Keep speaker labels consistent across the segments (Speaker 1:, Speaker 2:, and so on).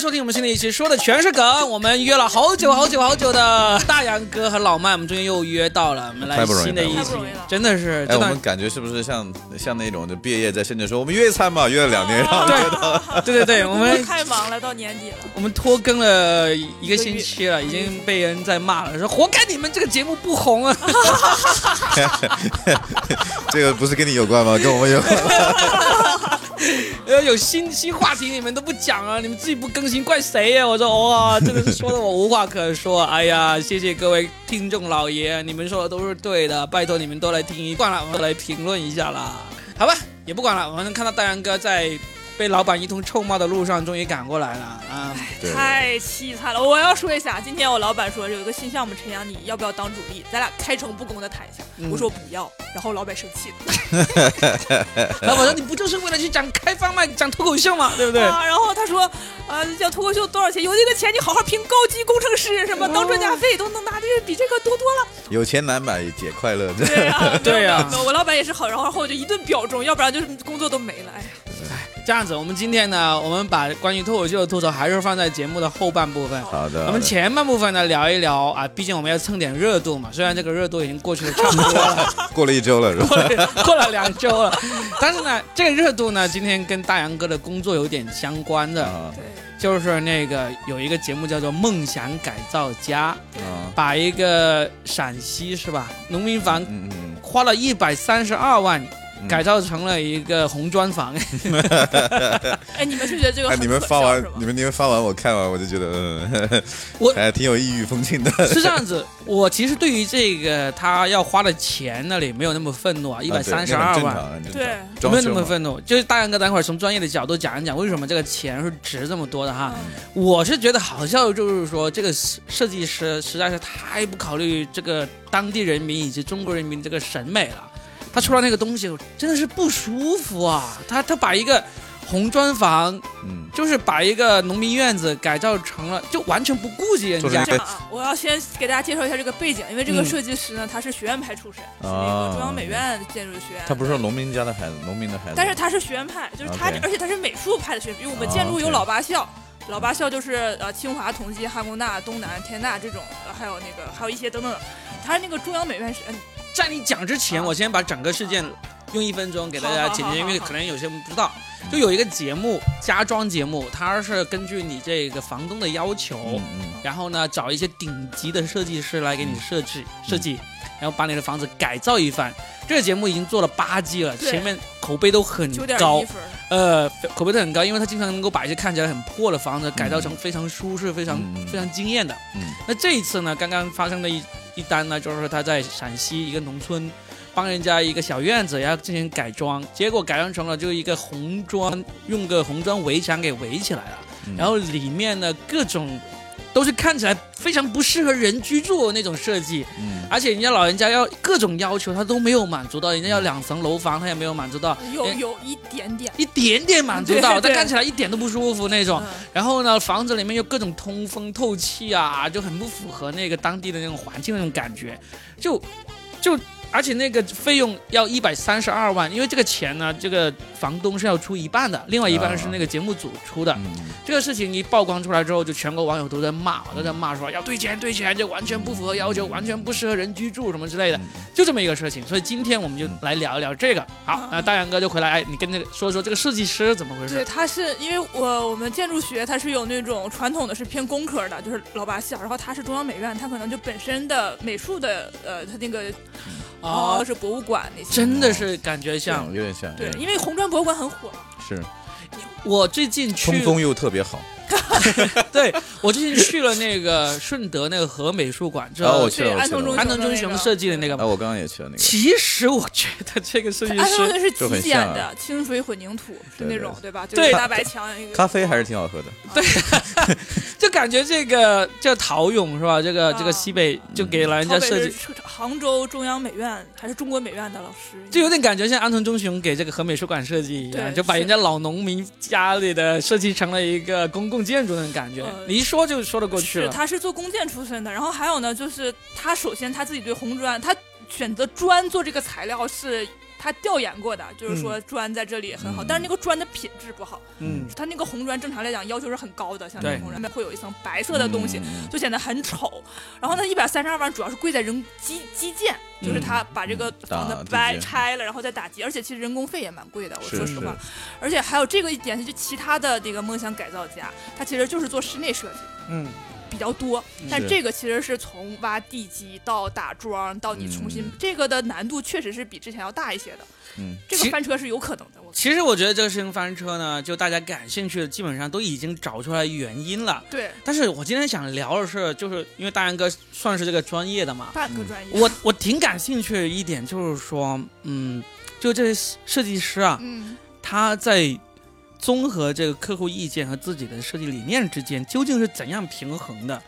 Speaker 1: 收听我们新的一期，说的全是梗。我们约了好久好久好久的大杨哥和老麦，我们终于又约到了。我们来
Speaker 2: 太不容易
Speaker 1: 新的一
Speaker 2: 太
Speaker 3: 不
Speaker 1: 期
Speaker 3: 容易了，
Speaker 1: 真的是
Speaker 2: 哎，
Speaker 1: 这
Speaker 2: 我
Speaker 1: 段
Speaker 2: 们感觉是不是像像那种就毕业在深圳说我们约一餐吧，约了两年，然后
Speaker 1: 哦 对对对，我
Speaker 3: 我们
Speaker 1: 们
Speaker 3: 太忙了，到年底了。
Speaker 1: 我们拖更了一个星期了，已经被人在骂了，说活该你们这个节目不红啊！
Speaker 2: 这个不是跟你有关吗？跟我们有关。
Speaker 1: 呃，有新期话题你们都不讲啊，你们自己不更新怪谁呀、我说哇，真的是说的我无话可说。哎呀，谢谢各位听众老爷，你们说的都是对的，拜托你们都来听一，惯了我们来评论一下啦，好吧，也不管了，我们看到大杨哥在被老板一通臭骂的路上，终于赶过来了啊！
Speaker 2: 对
Speaker 3: 太凄惨了！我要说一下，今天我老板说有一个新项目，陈阳你要不要当主力？咱俩开诚布公的谈一下。
Speaker 1: 嗯
Speaker 3: 我说不要，然后老板生气了，
Speaker 1: 老板说你不就是为了去讲开放麦、讲脱口秀吗？对不对？
Speaker 3: 啊然后他说，呃，要脱口秀多少钱？有这个钱，你好好评高级工程师什么当专
Speaker 2: 哦
Speaker 3: 家费都能拿的比这个多多了。
Speaker 2: 有钱难买姐快乐，
Speaker 3: 对呀、啊，
Speaker 1: 对呀
Speaker 3: 没有没有我老板也是好，然后然后我就一顿表忠，要不然就是工作都没了。哎呀，
Speaker 1: 这样子，我们今天呢，我们把关于脱口秀的吐槽还是放在节目的后半部分。
Speaker 2: 好的，
Speaker 1: 我们前半部分呢，聊一聊啊，毕竟我们要蹭点热度嘛。虽然这个热度已经过去了差不多了，
Speaker 2: 过了一周了，是吧？
Speaker 1: 过了过了两周了，但是呢，这个热度呢，今天跟大杨哥的工作有点相关的，
Speaker 2: 啊
Speaker 3: 对，
Speaker 1: 就是那个有一个节目叫做《梦想改造家
Speaker 2: 啊》，，
Speaker 1: 把一个陕西是吧农民房
Speaker 2: 嗯嗯
Speaker 1: 花了一百三十二万
Speaker 2: 嗯，
Speaker 1: 改造成了一个红砖 房。
Speaker 3: 哎，你们是觉得这个
Speaker 2: 哎，
Speaker 3: 很
Speaker 2: 你们
Speaker 3: 可
Speaker 2: 发
Speaker 3: 笑
Speaker 2: 完
Speaker 3: 是，吗
Speaker 2: 你们你们发完，我看完我就觉得，嗯，
Speaker 1: 我
Speaker 2: 还挺有异域风情的。
Speaker 1: 是这样子，我其实对于这个他要花的钱那里没有那么愤怒啊，一百三十二万。
Speaker 2: 万
Speaker 3: 对
Speaker 1: 我没有那么愤怒，就是大杨哥，等会儿从专业的角度讲一讲，为什么这个钱是值这么多的哈？
Speaker 3: 嗯
Speaker 1: 我是觉得好笑，就是说这个设设计师实在是太不考虑这个当地人民以及中国人民这个审美了。他出来那个东西真的是不舒服啊！他他把一个红砖房，
Speaker 2: 嗯，
Speaker 1: 就是把一个农民院子改造成了，就完全不顾及人
Speaker 2: 做成
Speaker 1: 家
Speaker 2: 一
Speaker 3: 这样啊，我要先给大家介绍一下这个背景，因为这个
Speaker 1: 嗯
Speaker 3: 设计师呢，他是学院派出身，是那
Speaker 2: 啊
Speaker 3: 个中央美院建筑学院。
Speaker 2: 他不是说农民家的孩子，农民的孩子，
Speaker 3: 但是他是学院派，就是他
Speaker 2: OK
Speaker 3: 而且他是美术派的学院，因为我们
Speaker 2: 啊
Speaker 3: 建筑有
Speaker 2: OK
Speaker 3: 老八校，老八校就是呃清华、同济、汉工大、东南、天大这种，呃还有那个还有一些等等。他那个中央美院是，嗯，
Speaker 1: 在你讲之前，
Speaker 3: 啊
Speaker 1: 我先把整个事件用一分钟给大家解
Speaker 3: 好好好
Speaker 1: 决，因为
Speaker 3: 好好
Speaker 1: 可能有些人不知道。就有一个节目，家装节目，它是根据你这个房东的要求
Speaker 2: 嗯，嗯
Speaker 1: 然后呢找一些顶级的设计师来给你设计
Speaker 3: 嗯
Speaker 1: 设计，然后把你的房子改造一番。这个节目已经做了八季了，
Speaker 3: 对
Speaker 1: 前面口碑都很
Speaker 3: 九点
Speaker 1: 高
Speaker 3: 一，分，
Speaker 1: 呃，口碑都很高，因为它经常能够把一些看起来很破的房子改造成非常舒适、非常
Speaker 2: 嗯
Speaker 1: 非常惊艳的。
Speaker 2: 嗯
Speaker 1: 那这一次呢，刚刚发生的一一单呢，就是他在陕西一个农村帮人家一个小院子，然后进行改装，结果改装成了就一个红砖，用个红砖围墙给围起来了，
Speaker 2: 嗯
Speaker 1: 然后里面呢各种。都是看起来非常不适合人居住的那种设计，
Speaker 2: 嗯
Speaker 1: 而且人家老人家要各种要求，他都没有满足到，人家要两层楼房，他也没有满足到，
Speaker 3: 有
Speaker 2: 嗯
Speaker 1: 哎
Speaker 3: 有一点点。
Speaker 1: 一点点满足到，
Speaker 3: 对对
Speaker 1: 但看起来一点都不舒服那种。
Speaker 3: 嗯
Speaker 1: 然后呢，房子里面又各种通风透气啊，就很不符合那个当地的那种环境那种感觉，就就而且那个费用要一百三十二万，因为这个钱呢，这个房东是要出一半的，另外一半是那个节目组出的。
Speaker 2: 嗯
Speaker 1: 这个事情一曝光出来之后，就全国网友都在骂，都在骂说要退钱退钱，这完全不符合要求，完全不适合人居住什么之类的，
Speaker 2: 嗯
Speaker 1: 就这么一个事情。所以今天我们就来聊一聊这个。好
Speaker 3: 嗯，
Speaker 1: 那大杨哥就回来，哎，你跟那个说说这个设计师怎么回
Speaker 3: 对，
Speaker 1: 事？
Speaker 3: 他是因为我我们建筑学它是有那种传统的是偏工科的，就是老八校，然后他是中央美院，他可能就本身的美术的呃，他那个
Speaker 1: 哦
Speaker 3: 是博物馆那些。
Speaker 1: 真的是感觉像
Speaker 2: 嗯有点像，
Speaker 3: 对，因为红砖博物馆很火，
Speaker 2: 是啊
Speaker 1: 我最近去
Speaker 2: 通风又特别好，
Speaker 1: 对我最近去了那个顺德那个和美术馆，知
Speaker 2: 然
Speaker 1: 道
Speaker 2: 哦后我
Speaker 1: 吗
Speaker 2: 去
Speaker 3: 对
Speaker 2: 了，我
Speaker 3: 安
Speaker 2: 去了
Speaker 3: 藤忠
Speaker 1: 安藤忠雄设计的那个
Speaker 2: 哎，
Speaker 1: 吗。
Speaker 2: 我刚刚也去了那个，
Speaker 1: 其实我觉得这个 设计
Speaker 3: 安藤
Speaker 1: 师，
Speaker 3: 忠是
Speaker 2: 就
Speaker 3: 极
Speaker 2: 很
Speaker 3: 简
Speaker 2: 像
Speaker 3: 的清水混凝土，是
Speaker 2: 对
Speaker 3: 那
Speaker 2: 对
Speaker 3: 种对吧？就
Speaker 1: 对
Speaker 3: 是大白墙一个
Speaker 2: 咖啡还是挺好喝的，
Speaker 1: 就感觉这个叫陶勇是吧？这个这个
Speaker 3: 啊
Speaker 1: 西北就给 老人家
Speaker 3: 河北
Speaker 1: 设
Speaker 3: 是
Speaker 1: 计，
Speaker 3: 杭州中央美院还是中国美院的老师，
Speaker 1: 就有点感觉像安藤忠雄给这个和美术馆设计一样，
Speaker 3: 对
Speaker 1: 就把
Speaker 3: 是
Speaker 1: 人家老农民家里的设计成了一个公共建筑那种感觉
Speaker 3: 呃。
Speaker 1: 你一说就说得过去
Speaker 3: 是
Speaker 1: 了。
Speaker 3: 他是做弓箭出身的，然后还有呢，就是他首先他自己对红砖，他选择砖做这个材料是。他调研过的，就是说砖在这里很好，但是那个砖的品质不好，
Speaker 1: 嗯，
Speaker 3: 它那个红砖正常来讲要求是很高的，像那
Speaker 1: 对
Speaker 3: 种红砖会有一层白色的东西，
Speaker 2: 嗯
Speaker 3: 就显得很丑。然后呢，一百三十二万主要是贵在人基基建，就是他把这个
Speaker 2: 嗯打
Speaker 3: 房子
Speaker 2: 基
Speaker 3: 掰
Speaker 2: 建
Speaker 3: 拆了，然后再打基，而且其实人工费也蛮贵的，我
Speaker 2: 是
Speaker 3: 说实
Speaker 2: 是
Speaker 3: 话。而且还有这个一点，就其他的这个梦想改造家，他其实就是做室内设计。
Speaker 1: 嗯，
Speaker 3: 比较多，但
Speaker 2: 嗯是
Speaker 3: 这个其实是从挖地基到打桩到你重新、
Speaker 2: 嗯
Speaker 3: 这个的难度确实是比之前要大一些的，
Speaker 2: 嗯
Speaker 3: 这个
Speaker 1: 其
Speaker 3: 翻车是有可能的。我
Speaker 1: 其实我觉得这个事情翻车呢，就大家感兴趣的基本上都已经找出来原因了。
Speaker 3: 对
Speaker 1: 但是我今天想聊的是，就是因为大杨哥算是这个专业的嘛，
Speaker 3: 半个专业，
Speaker 1: 我我挺感兴趣的一点就是说，嗯，就这些设计师啊，
Speaker 3: 嗯
Speaker 1: 他在综合这个客户意见和自己的设计理念之间，究竟是怎样平衡的？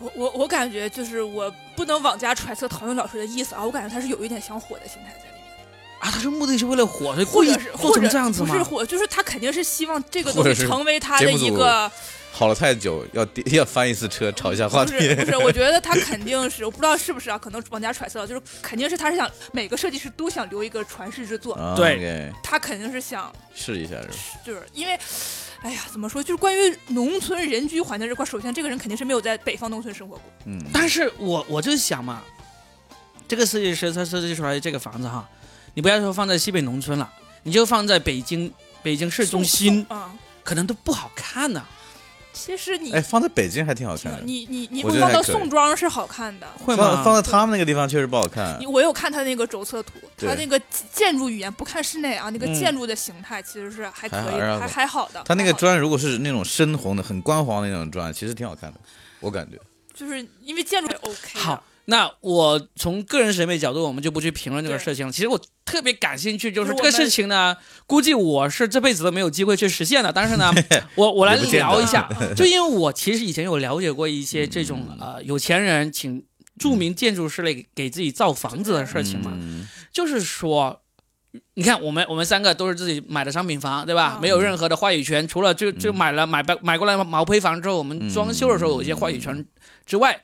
Speaker 3: 我我我感觉就是我不能妄加揣测讨论老师的意思啊，我感觉他是有一点想火的心态在里面，
Speaker 1: 啊，他是目的是为了火，所以
Speaker 3: 或
Speaker 1: 故意
Speaker 3: 者是
Speaker 1: 做
Speaker 3: 或
Speaker 1: 成
Speaker 3: 者
Speaker 1: 这样子
Speaker 3: 不
Speaker 1: 吗
Speaker 3: 是？火，就是他肯定是希望这个
Speaker 2: 或
Speaker 3: 东
Speaker 2: 者
Speaker 3: 西
Speaker 2: 是
Speaker 3: 成为他
Speaker 2: 节
Speaker 3: 的
Speaker 2: 目组
Speaker 3: 一个。
Speaker 2: 好了太久，要 跌要翻一次车，吵一下话
Speaker 3: 不
Speaker 2: 题。
Speaker 3: 是不是，我觉得他肯定是，我不知道是不是啊，可能往家揣测，就是肯定是他是想每个设计师都想留一个传世之作，
Speaker 2: 啊
Speaker 1: 对
Speaker 2: ，OK，
Speaker 3: 他肯定是想，
Speaker 2: 试一下是吧？
Speaker 3: 就是因为，哎呀，怎么说，就是关于农村人居环境这块，首先这个人肯定是没有在北方农村生活过，
Speaker 2: 嗯，
Speaker 1: 但是我我就想嘛，这个设计师他设计出来这个房子哈，你不要说放在西北农村了，你就放在北京北京市中心，
Speaker 3: 啊、嗯，
Speaker 1: 可能都不好看呢、
Speaker 3: 其实你
Speaker 2: 哎，放在北京还挺好看的，
Speaker 3: 你你你
Speaker 2: 我觉得
Speaker 3: 放
Speaker 2: 还
Speaker 3: 到
Speaker 2: 可以
Speaker 3: 宋庄是好看的。
Speaker 1: 会吗？
Speaker 2: 放放在他们那个地方确实不好看
Speaker 3: 你。我有看他那个轴测图，他
Speaker 2: 嗯对
Speaker 3: 那个建筑语言不看室内啊，那个
Speaker 1: 嗯
Speaker 3: 建筑的形态其实是还可
Speaker 2: 还好
Speaker 3: 以
Speaker 2: 还
Speaker 3: 的，
Speaker 2: 好
Speaker 3: 还还好的。
Speaker 2: 他那个
Speaker 3: 还好的
Speaker 2: 砖如果是那种深红的、很光滑的那种砖，其实挺好看的，我感觉。
Speaker 3: 就是因为建筑也 OK 的。
Speaker 1: 好，那我从个人审美角度，我们就不去评论这个事情了。其实我特别感兴趣，就是这
Speaker 3: 就是我
Speaker 1: 个
Speaker 3: 们
Speaker 1: 事情呢，估计我是这辈子都没有机会去实现的。但是 呢，我我来
Speaker 2: 也不见得
Speaker 1: 聊一 下，啊
Speaker 3: 嗯
Speaker 1: 就因为我其实以前有了解过一些这种、呃有钱人请著名建筑师来给给自己造房子的事情嘛，
Speaker 2: 嗯，
Speaker 1: 就是说。你看，我们我们三个都是自己买的商品房，对吧？
Speaker 3: 嗯
Speaker 1: 没有任何的话语权，除了就就买了买吧买过来毛坯房之后，我们
Speaker 2: 嗯
Speaker 1: 装修的时候有一些话语权之外，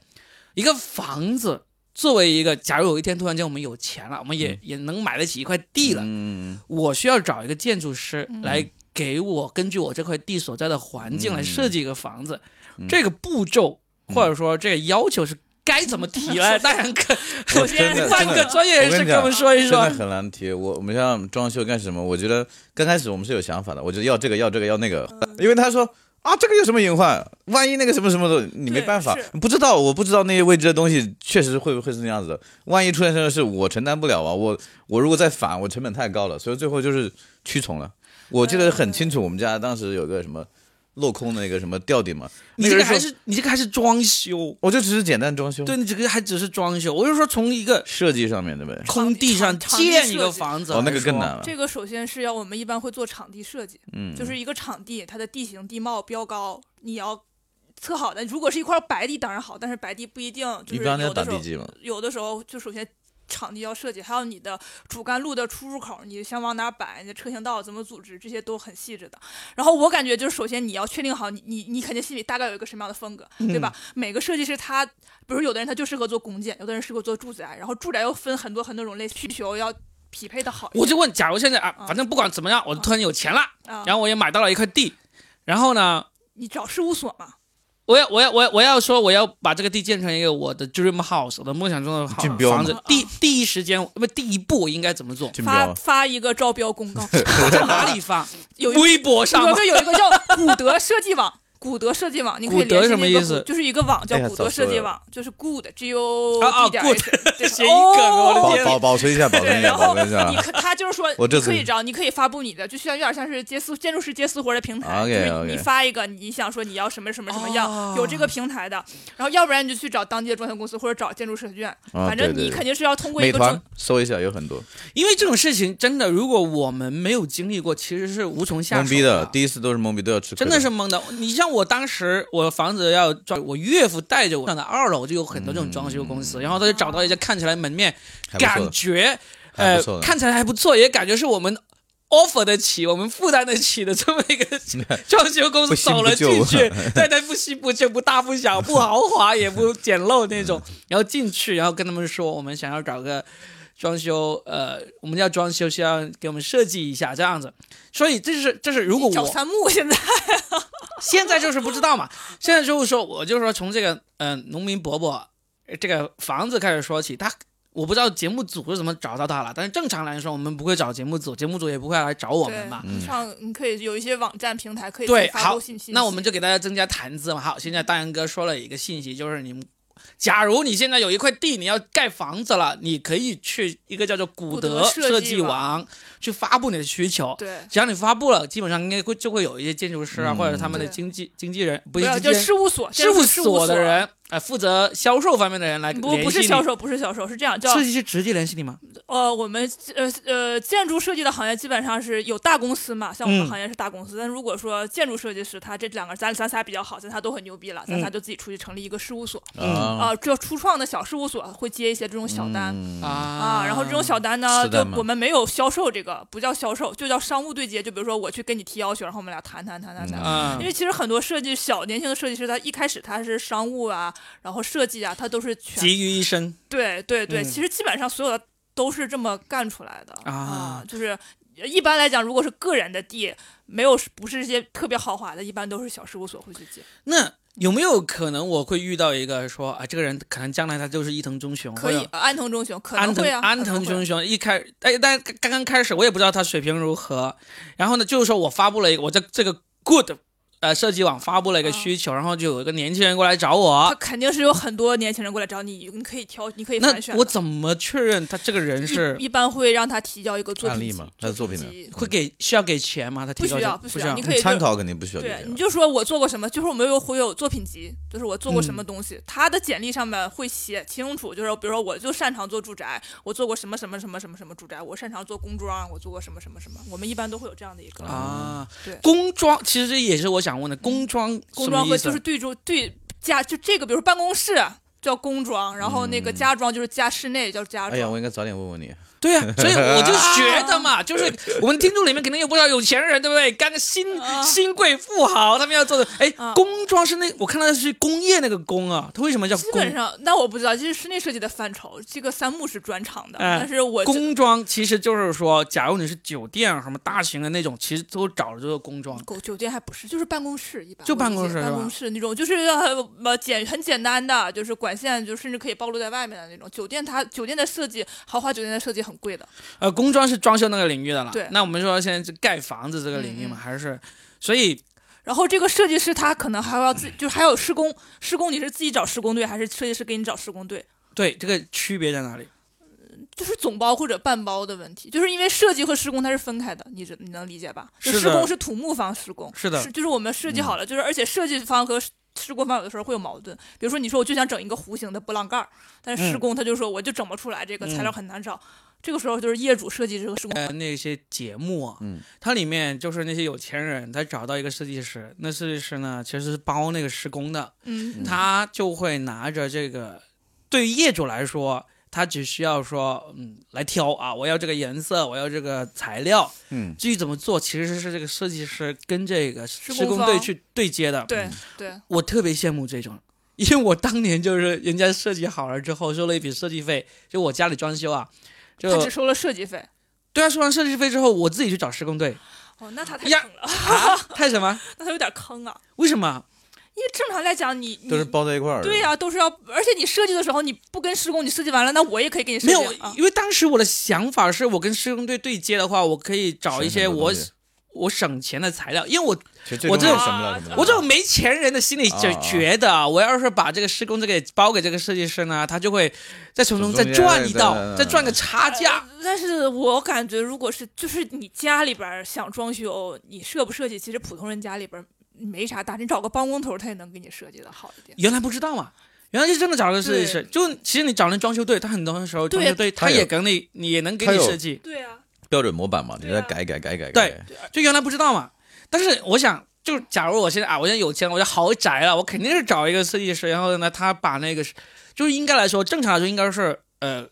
Speaker 1: 一个房子作为一个，假如有一天突然间我们有钱了，我们也、也能买得起一块地了，
Speaker 2: 嗯，
Speaker 1: 我需要找一个建筑师
Speaker 3: 嗯
Speaker 1: 来给我根据我这块地所在的环境来
Speaker 2: 嗯
Speaker 1: 设计一个房子，
Speaker 2: 嗯
Speaker 1: 这个步骤
Speaker 2: 嗯
Speaker 1: 或者说这个要求是该怎么提 来？当然可，
Speaker 2: 我真的
Speaker 1: 换个专业人士
Speaker 2: 我跟
Speaker 1: 跟
Speaker 2: 你讲
Speaker 1: 我们说一
Speaker 2: 真的
Speaker 1: 说。
Speaker 2: 很难提。我我们像装修干什么？我觉得刚开始我们是有想法的，我觉得要这个要这个要那个，
Speaker 3: 嗯
Speaker 2: 因为他说啊这个有什么隐患？万一那个什么什么的，你没
Speaker 3: 对
Speaker 2: 办法
Speaker 3: 是，
Speaker 2: 不知道我不知道那些未知的东西确实会不会是那样子的。万一出现这种事，我承担不了啊！我我如果再反，我成本太高了，所以最后就是屈从了。我记得很清楚，我们家当时有个什么镂空的那个什么吊顶嘛，
Speaker 1: 你
Speaker 2: 那
Speaker 1: 这
Speaker 2: 人
Speaker 1: 个还
Speaker 2: 说
Speaker 1: 是你这个还是装修，
Speaker 2: 我就只是简单装修，
Speaker 1: 对你这个还只是装修。我就说从一个
Speaker 2: 设计上面对不对？
Speaker 1: 空地上
Speaker 3: 场地
Speaker 1: 建一
Speaker 3: 设
Speaker 1: 个
Speaker 3: 计
Speaker 1: 房子，
Speaker 2: 哦，那个更难。了。
Speaker 3: 这个首先是要我们一般会做场地设计，
Speaker 2: 嗯，
Speaker 3: 就是一个场地，它的地形、地貌、标高，你要测好的。如果是一块白地当然好，但是白地不一定，就
Speaker 2: 一
Speaker 3: 是
Speaker 2: 般要
Speaker 3: 有
Speaker 2: 打
Speaker 3: 的时
Speaker 2: 地
Speaker 3: 候
Speaker 2: 基嘛。
Speaker 3: 有的时候就首先场地要设计，还有你的主干路的出入口，你想往哪摆，你的车行道怎么组织，这些都很细致的。然后我感觉就是首先你要确定好你你你肯定心里大概有一个什么样的风格，对吧？每个设计师他，比如有的人他就适合做工建，有的人适合做住宅，然后住宅又分很多很多种类，需求要匹配的好一
Speaker 1: 我
Speaker 3: 点。
Speaker 1: 就问，假如现在啊，
Speaker 3: 啊
Speaker 1: 反正不管怎么样，我突然有钱了，
Speaker 3: 啊，
Speaker 1: 然后我也买到了一块地，然后呢，
Speaker 3: 你找事务所嘛。
Speaker 1: 我要我要我要我要说，我要把这个地建成一个我的 dream house，我的梦想中的好
Speaker 2: 竞标吗
Speaker 1: 房子
Speaker 3: 啊。
Speaker 1: 第第一时间不，第一步我应该怎么做？
Speaker 2: 竞
Speaker 3: 发
Speaker 2: 标
Speaker 3: 发一个招标公告，
Speaker 1: 在哪里发？
Speaker 3: 有一个
Speaker 1: 微博 上
Speaker 3: 有一
Speaker 1: 吗？
Speaker 3: 个有一个叫古德设计网。古德设计网，你可以
Speaker 1: 古德
Speaker 3: 联系
Speaker 1: 什么
Speaker 3: 那个
Speaker 1: 意思
Speaker 3: 古就是一个网叫
Speaker 2: 哎呀
Speaker 3: 古德
Speaker 2: 早说
Speaker 3: 设计
Speaker 2: 呀
Speaker 3: 网，就是 good g o
Speaker 1: 啊啊
Speaker 3: d 点
Speaker 1: good，
Speaker 3: 对
Speaker 1: 谐音梗啊我的
Speaker 3: 哦
Speaker 1: 天
Speaker 2: 保保保存 一下，保存
Speaker 3: 对，
Speaker 2: 一下，
Speaker 3: 然
Speaker 2: 保
Speaker 3: 后
Speaker 2: 存一下
Speaker 3: 你。可他就是说，
Speaker 2: 我这
Speaker 3: 你可以
Speaker 2: 次
Speaker 3: 找，你可以发布你的，就像有点像是接私建筑师接私活的平台，就
Speaker 2: OK，
Speaker 3: 是你
Speaker 2: OK
Speaker 3: 发一个，你想说你要什么什么什么
Speaker 1: 哦
Speaker 3: 样，有这个平台的，然后要不然你就去找当地的装修公司或者找建筑设计院，
Speaker 2: 啊
Speaker 3: 反正
Speaker 2: 对对
Speaker 3: 你
Speaker 2: 对
Speaker 3: 肯定是要通过一
Speaker 2: 美
Speaker 3: 个中
Speaker 2: 团搜一下，有很多
Speaker 1: 因为这种事情真的，如果我们没有经历过，其实是无从下手啊
Speaker 2: 懵逼的，第一次都是懵逼，都要吃亏。
Speaker 1: 真的是懵的。你像我当时，我房子要装，我岳父带着我上的二楼就有很多这种装修公司，然后他就找到一家看起来门面
Speaker 2: 嗯还不错
Speaker 1: 感
Speaker 2: 的，
Speaker 1: 觉
Speaker 2: 还
Speaker 1: 呃
Speaker 2: 不错的。
Speaker 1: 看起来还不错，也感觉是我们 offer 得起、我们负担得起的这么一个 装修公司
Speaker 2: 不新
Speaker 1: 走
Speaker 2: 不啊
Speaker 1: 了
Speaker 2: 旧
Speaker 1: 进去，对对，不新不旧，不大不小，
Speaker 2: 嗯
Speaker 1: 不豪华也不简陋那种，然后进去，然后跟他们说我们想要找个。装修，呃，我们要装修，需要给我们设计一下这样子。所以这是这是如果
Speaker 3: 找
Speaker 1: 我
Speaker 3: 三木现在，
Speaker 1: 现在就是不知道嘛，现在就是说我就说从这个嗯、呃农民伯伯呃这个房子开始说起，他我不知道节目组是怎么找到他了，但是正常来说我们不会找节目组，节目组也不会来找我们嘛。
Speaker 3: 对，上你可以有一些网站平台可以
Speaker 1: 对
Speaker 3: 去发
Speaker 1: 好
Speaker 3: 布信息。
Speaker 1: 那我们就给大家增加谈资嘛。好，现在大杨哥说了一个信息，就是你们，假如你现在有一块地，你要盖房子了，你可以去一个叫做古
Speaker 3: 古
Speaker 1: 德
Speaker 3: 德
Speaker 1: 设
Speaker 3: 设
Speaker 1: 计
Speaker 3: 计
Speaker 1: 网去发布你的需求。
Speaker 3: 对，
Speaker 1: 只要你发布了，基本上应该会就会有一些建筑师啊，
Speaker 2: 嗯
Speaker 1: 或者他们的
Speaker 3: 对
Speaker 1: 经纪经纪人，不
Speaker 3: 不
Speaker 1: 是
Speaker 3: 要
Speaker 1: 经纪
Speaker 3: 就
Speaker 1: 人
Speaker 3: 事务所，
Speaker 1: 事
Speaker 3: 务
Speaker 1: 所
Speaker 3: 所
Speaker 1: 的，人，呃，负责销售方面的人来
Speaker 3: 不
Speaker 1: 联
Speaker 3: 不是
Speaker 1: 系你
Speaker 3: 销，售，不是销售，是这样叫
Speaker 1: 设计师直接联系你吗？
Speaker 3: 呃，我们呃呃建筑设计的行业基本上是有大公司嘛，像我
Speaker 1: 嗯
Speaker 3: 们行业是大公司。但如果说建筑设计师，他这两个咱咱仨比较好，咱仨都很牛逼了，咱仨
Speaker 1: 嗯
Speaker 3: 就自己出去成立一个事务所
Speaker 1: 嗯
Speaker 3: 啊，这、初创的小事务所会接一些这种小单。
Speaker 1: 啊
Speaker 2: 啊，
Speaker 3: 啊，然后这种小单呢，
Speaker 2: 是的
Speaker 3: 就
Speaker 2: 嘛
Speaker 3: 我们没有销售这个，不叫销售，就叫商务对接。就比如说我去跟你提要求，然后我们俩谈谈谈
Speaker 2: 嗯
Speaker 3: 谈谈。
Speaker 1: 啊
Speaker 3: 因，为其实很多设计小年轻的设计师，他一开始他是商务啊，然后设计啊，他都是全
Speaker 1: 集于一身。
Speaker 3: 对对对，
Speaker 1: 嗯
Speaker 3: 其实基本上所有的都是这么干出来的
Speaker 1: 啊
Speaker 3: 就是一般来讲，如果是个人的地，没有不是一些特别豪华的，一般都是小事务所会去接。
Speaker 1: 那有没有可能我会遇到一个说啊，这个人可能将来他就是伊藤忠雄，
Speaker 3: 可以
Speaker 1: 或者，
Speaker 3: 呃安藤忠雄可
Speaker 1: 哦啊安
Speaker 3: 能
Speaker 1: 藤
Speaker 3: 会啊，
Speaker 1: 安
Speaker 3: 可
Speaker 1: 藤
Speaker 3: 能会
Speaker 1: 忠雄一开，哎，但刚刚开始我也不知道他水平如何，然后呢，就是说我发布了一个我在这个 Good 呃设计网发布了一个需求，然后就有一个年轻人过来找
Speaker 3: 嗯他
Speaker 1: 我，
Speaker 3: 肯定是有很多年轻人过来找你，你可以挑，你可以
Speaker 1: 啊那
Speaker 3: 反选的。
Speaker 1: 我怎么确认他这个人是
Speaker 3: 一一般会让他提交一个作品
Speaker 2: 案例
Speaker 3: 集
Speaker 2: 嘛他的作品呢
Speaker 3: 集
Speaker 1: 会给需要给钱吗？他提
Speaker 3: 不
Speaker 1: 交
Speaker 3: 需要
Speaker 1: 这
Speaker 3: 不
Speaker 1: 不
Speaker 3: 需要你可以就
Speaker 2: 参考肯定不需要这
Speaker 3: 对，
Speaker 2: 个
Speaker 3: 你就说我做过什么，就是我们有会有作品集，就是我做过什么
Speaker 1: 嗯
Speaker 3: 东西，他的简历上面会写清楚，就是比如说我就擅长做住宅，我做过什么什么什么什么什么住宅，我擅长做工装，我做过什么什么什么，我们一般都会有这样的一个、
Speaker 1: 啊
Speaker 3: 对，
Speaker 1: 工装其实也是我想问的，嗯工装
Speaker 3: 工
Speaker 1: 什
Speaker 3: 装和
Speaker 1: 么
Speaker 3: 就
Speaker 1: 意
Speaker 3: 是
Speaker 1: 思
Speaker 3: 对住对家就这个，比如说办公室叫工装，然后那
Speaker 1: 嗯
Speaker 3: 个家装就是家室内叫家
Speaker 2: 哎呀，
Speaker 3: 装。
Speaker 2: 我应该早点问问你。
Speaker 1: 对 呀、所以我就觉得 嘛，就是我们听众里面肯定有不少有钱人，对不对？干个新新贵富豪，他们要做的，哎，工装是那我看到的是工业那个工啊，它为什么叫
Speaker 3: 基
Speaker 1: 工
Speaker 3: 本？上，那我不知道，这是室内设计的范畴，这个三木是专长的，
Speaker 1: 哎
Speaker 3: 但是我
Speaker 1: 工装其实就是说，假如你是酒店啊什么大型的那种，其实都找的就是工装。
Speaker 3: 狗酒店还不是，就是办公室一般，
Speaker 1: 就
Speaker 3: 我
Speaker 1: 办
Speaker 3: 理
Speaker 1: 公
Speaker 3: 解
Speaker 1: 室是
Speaker 3: 办
Speaker 1: 吧
Speaker 3: 公室那种，就是呃呃简很简单的，就是管线就甚至可以暴露在外面的那种。酒店它酒店的设计，豪华酒店的设计很贵的，
Speaker 1: 呃，工装是装修那个领域的了。
Speaker 3: 对
Speaker 1: 那我们说现在是盖房子这个领域嘛，还是所以
Speaker 3: 然后这个设计师他可能还要自己，就是还有施工，施工你是自己找施工队，还是设计师给你找施工队？
Speaker 1: 对这个区别在哪里？
Speaker 3: 就是总包或者半包的问题，就是因为设计和施工它是分开的，你这你能理解吧？就是施
Speaker 1: 的
Speaker 3: 工是土木方施工，
Speaker 1: 是的嗯
Speaker 3: 就是我们设计好了，就是而且设计方和施施工方有的时候会有矛盾，比如说你说我就想整一个弧形的波浪盖儿，但是施
Speaker 1: 嗯
Speaker 3: 工他就说我就整不出来，这个材料
Speaker 1: 嗯
Speaker 3: 很难找。这个时候就是业主设计这个施工，
Speaker 1: 呃那些节目啊，它里面就是那些有钱人，他找到一个设计师，那设计师呢其实是包那个施工的，
Speaker 3: 嗯，
Speaker 1: 他就会拿着这个，对于业主来说，他只需要说，嗯，来挑啊，我要这个颜色，我要这个材料，
Speaker 2: 嗯，
Speaker 1: 至于怎么做，其实是这个设计师跟这个施
Speaker 3: 工
Speaker 1: 工
Speaker 3: 方
Speaker 1: 队去对接的。，
Speaker 3: 对对，
Speaker 1: 我特别羡慕这种。因为我当年就是人家设计好了之后收了一笔设计费，就我家里装修啊，就
Speaker 3: 他只收了设计费。
Speaker 1: 对啊，收完设计费之后，我自己去找施工队，
Speaker 3: 哦，那他太
Speaker 1: 呀
Speaker 3: 坑了，
Speaker 1: 啊， 太什么？
Speaker 3: 那他有点坑啊！
Speaker 1: 为什么？
Speaker 3: 因为正常来讲，你你
Speaker 2: 都是包在一块儿的。
Speaker 3: 对呀、都是要，而且你设计的时候，你不跟施工，你设计完了，那我也可以给你设
Speaker 1: 没
Speaker 3: 计
Speaker 1: 有
Speaker 3: 啊，。
Speaker 1: 因为当时我的想法是我跟施工队对接的话，我可以找一
Speaker 2: 省
Speaker 1: 些
Speaker 2: 很多
Speaker 1: 我
Speaker 2: 东西
Speaker 1: 我省钱的材料，因为我
Speaker 2: 其实最
Speaker 1: 我
Speaker 2: 重要
Speaker 1: 这
Speaker 2: 是什么了？什么了
Speaker 1: 我这种没钱人的心里就
Speaker 2: 啊啊啊
Speaker 1: 觉得啊，我要是把这个施工这个包给这个设计师呢，他就会再从中
Speaker 2: 从
Speaker 1: 再
Speaker 2: 中间
Speaker 1: 赚一
Speaker 2: 再
Speaker 1: 道，
Speaker 2: 再
Speaker 1: 再赚个差价。
Speaker 3: 呃但是我感觉，如果是就是你家里边儿想装修，你设不设计，其实普通人家里边儿没啥大，你找个帮工头儿，他也能给你设计的好一点。
Speaker 1: 原来不知道嘛。原来是真的找的设计师，
Speaker 3: 对
Speaker 1: 就其实你找那装修队，他很多时候
Speaker 3: 对
Speaker 1: 装修队他
Speaker 2: 他有
Speaker 1: 也给你，你也能给
Speaker 2: 他
Speaker 1: 你
Speaker 2: 有
Speaker 1: 设计，
Speaker 3: 对啊，
Speaker 2: 标准模板嘛，你
Speaker 3: 对啊
Speaker 2: 再改一改改一改。改一
Speaker 1: 对
Speaker 2: 改
Speaker 1: 就原来不知道嘛。但是我想，就假如我现在啊，我现在有钱了，我就豪宅了，我肯定是找一个设计师，然后呢，他把那个是，就是应该来说，正常来说应该是呃，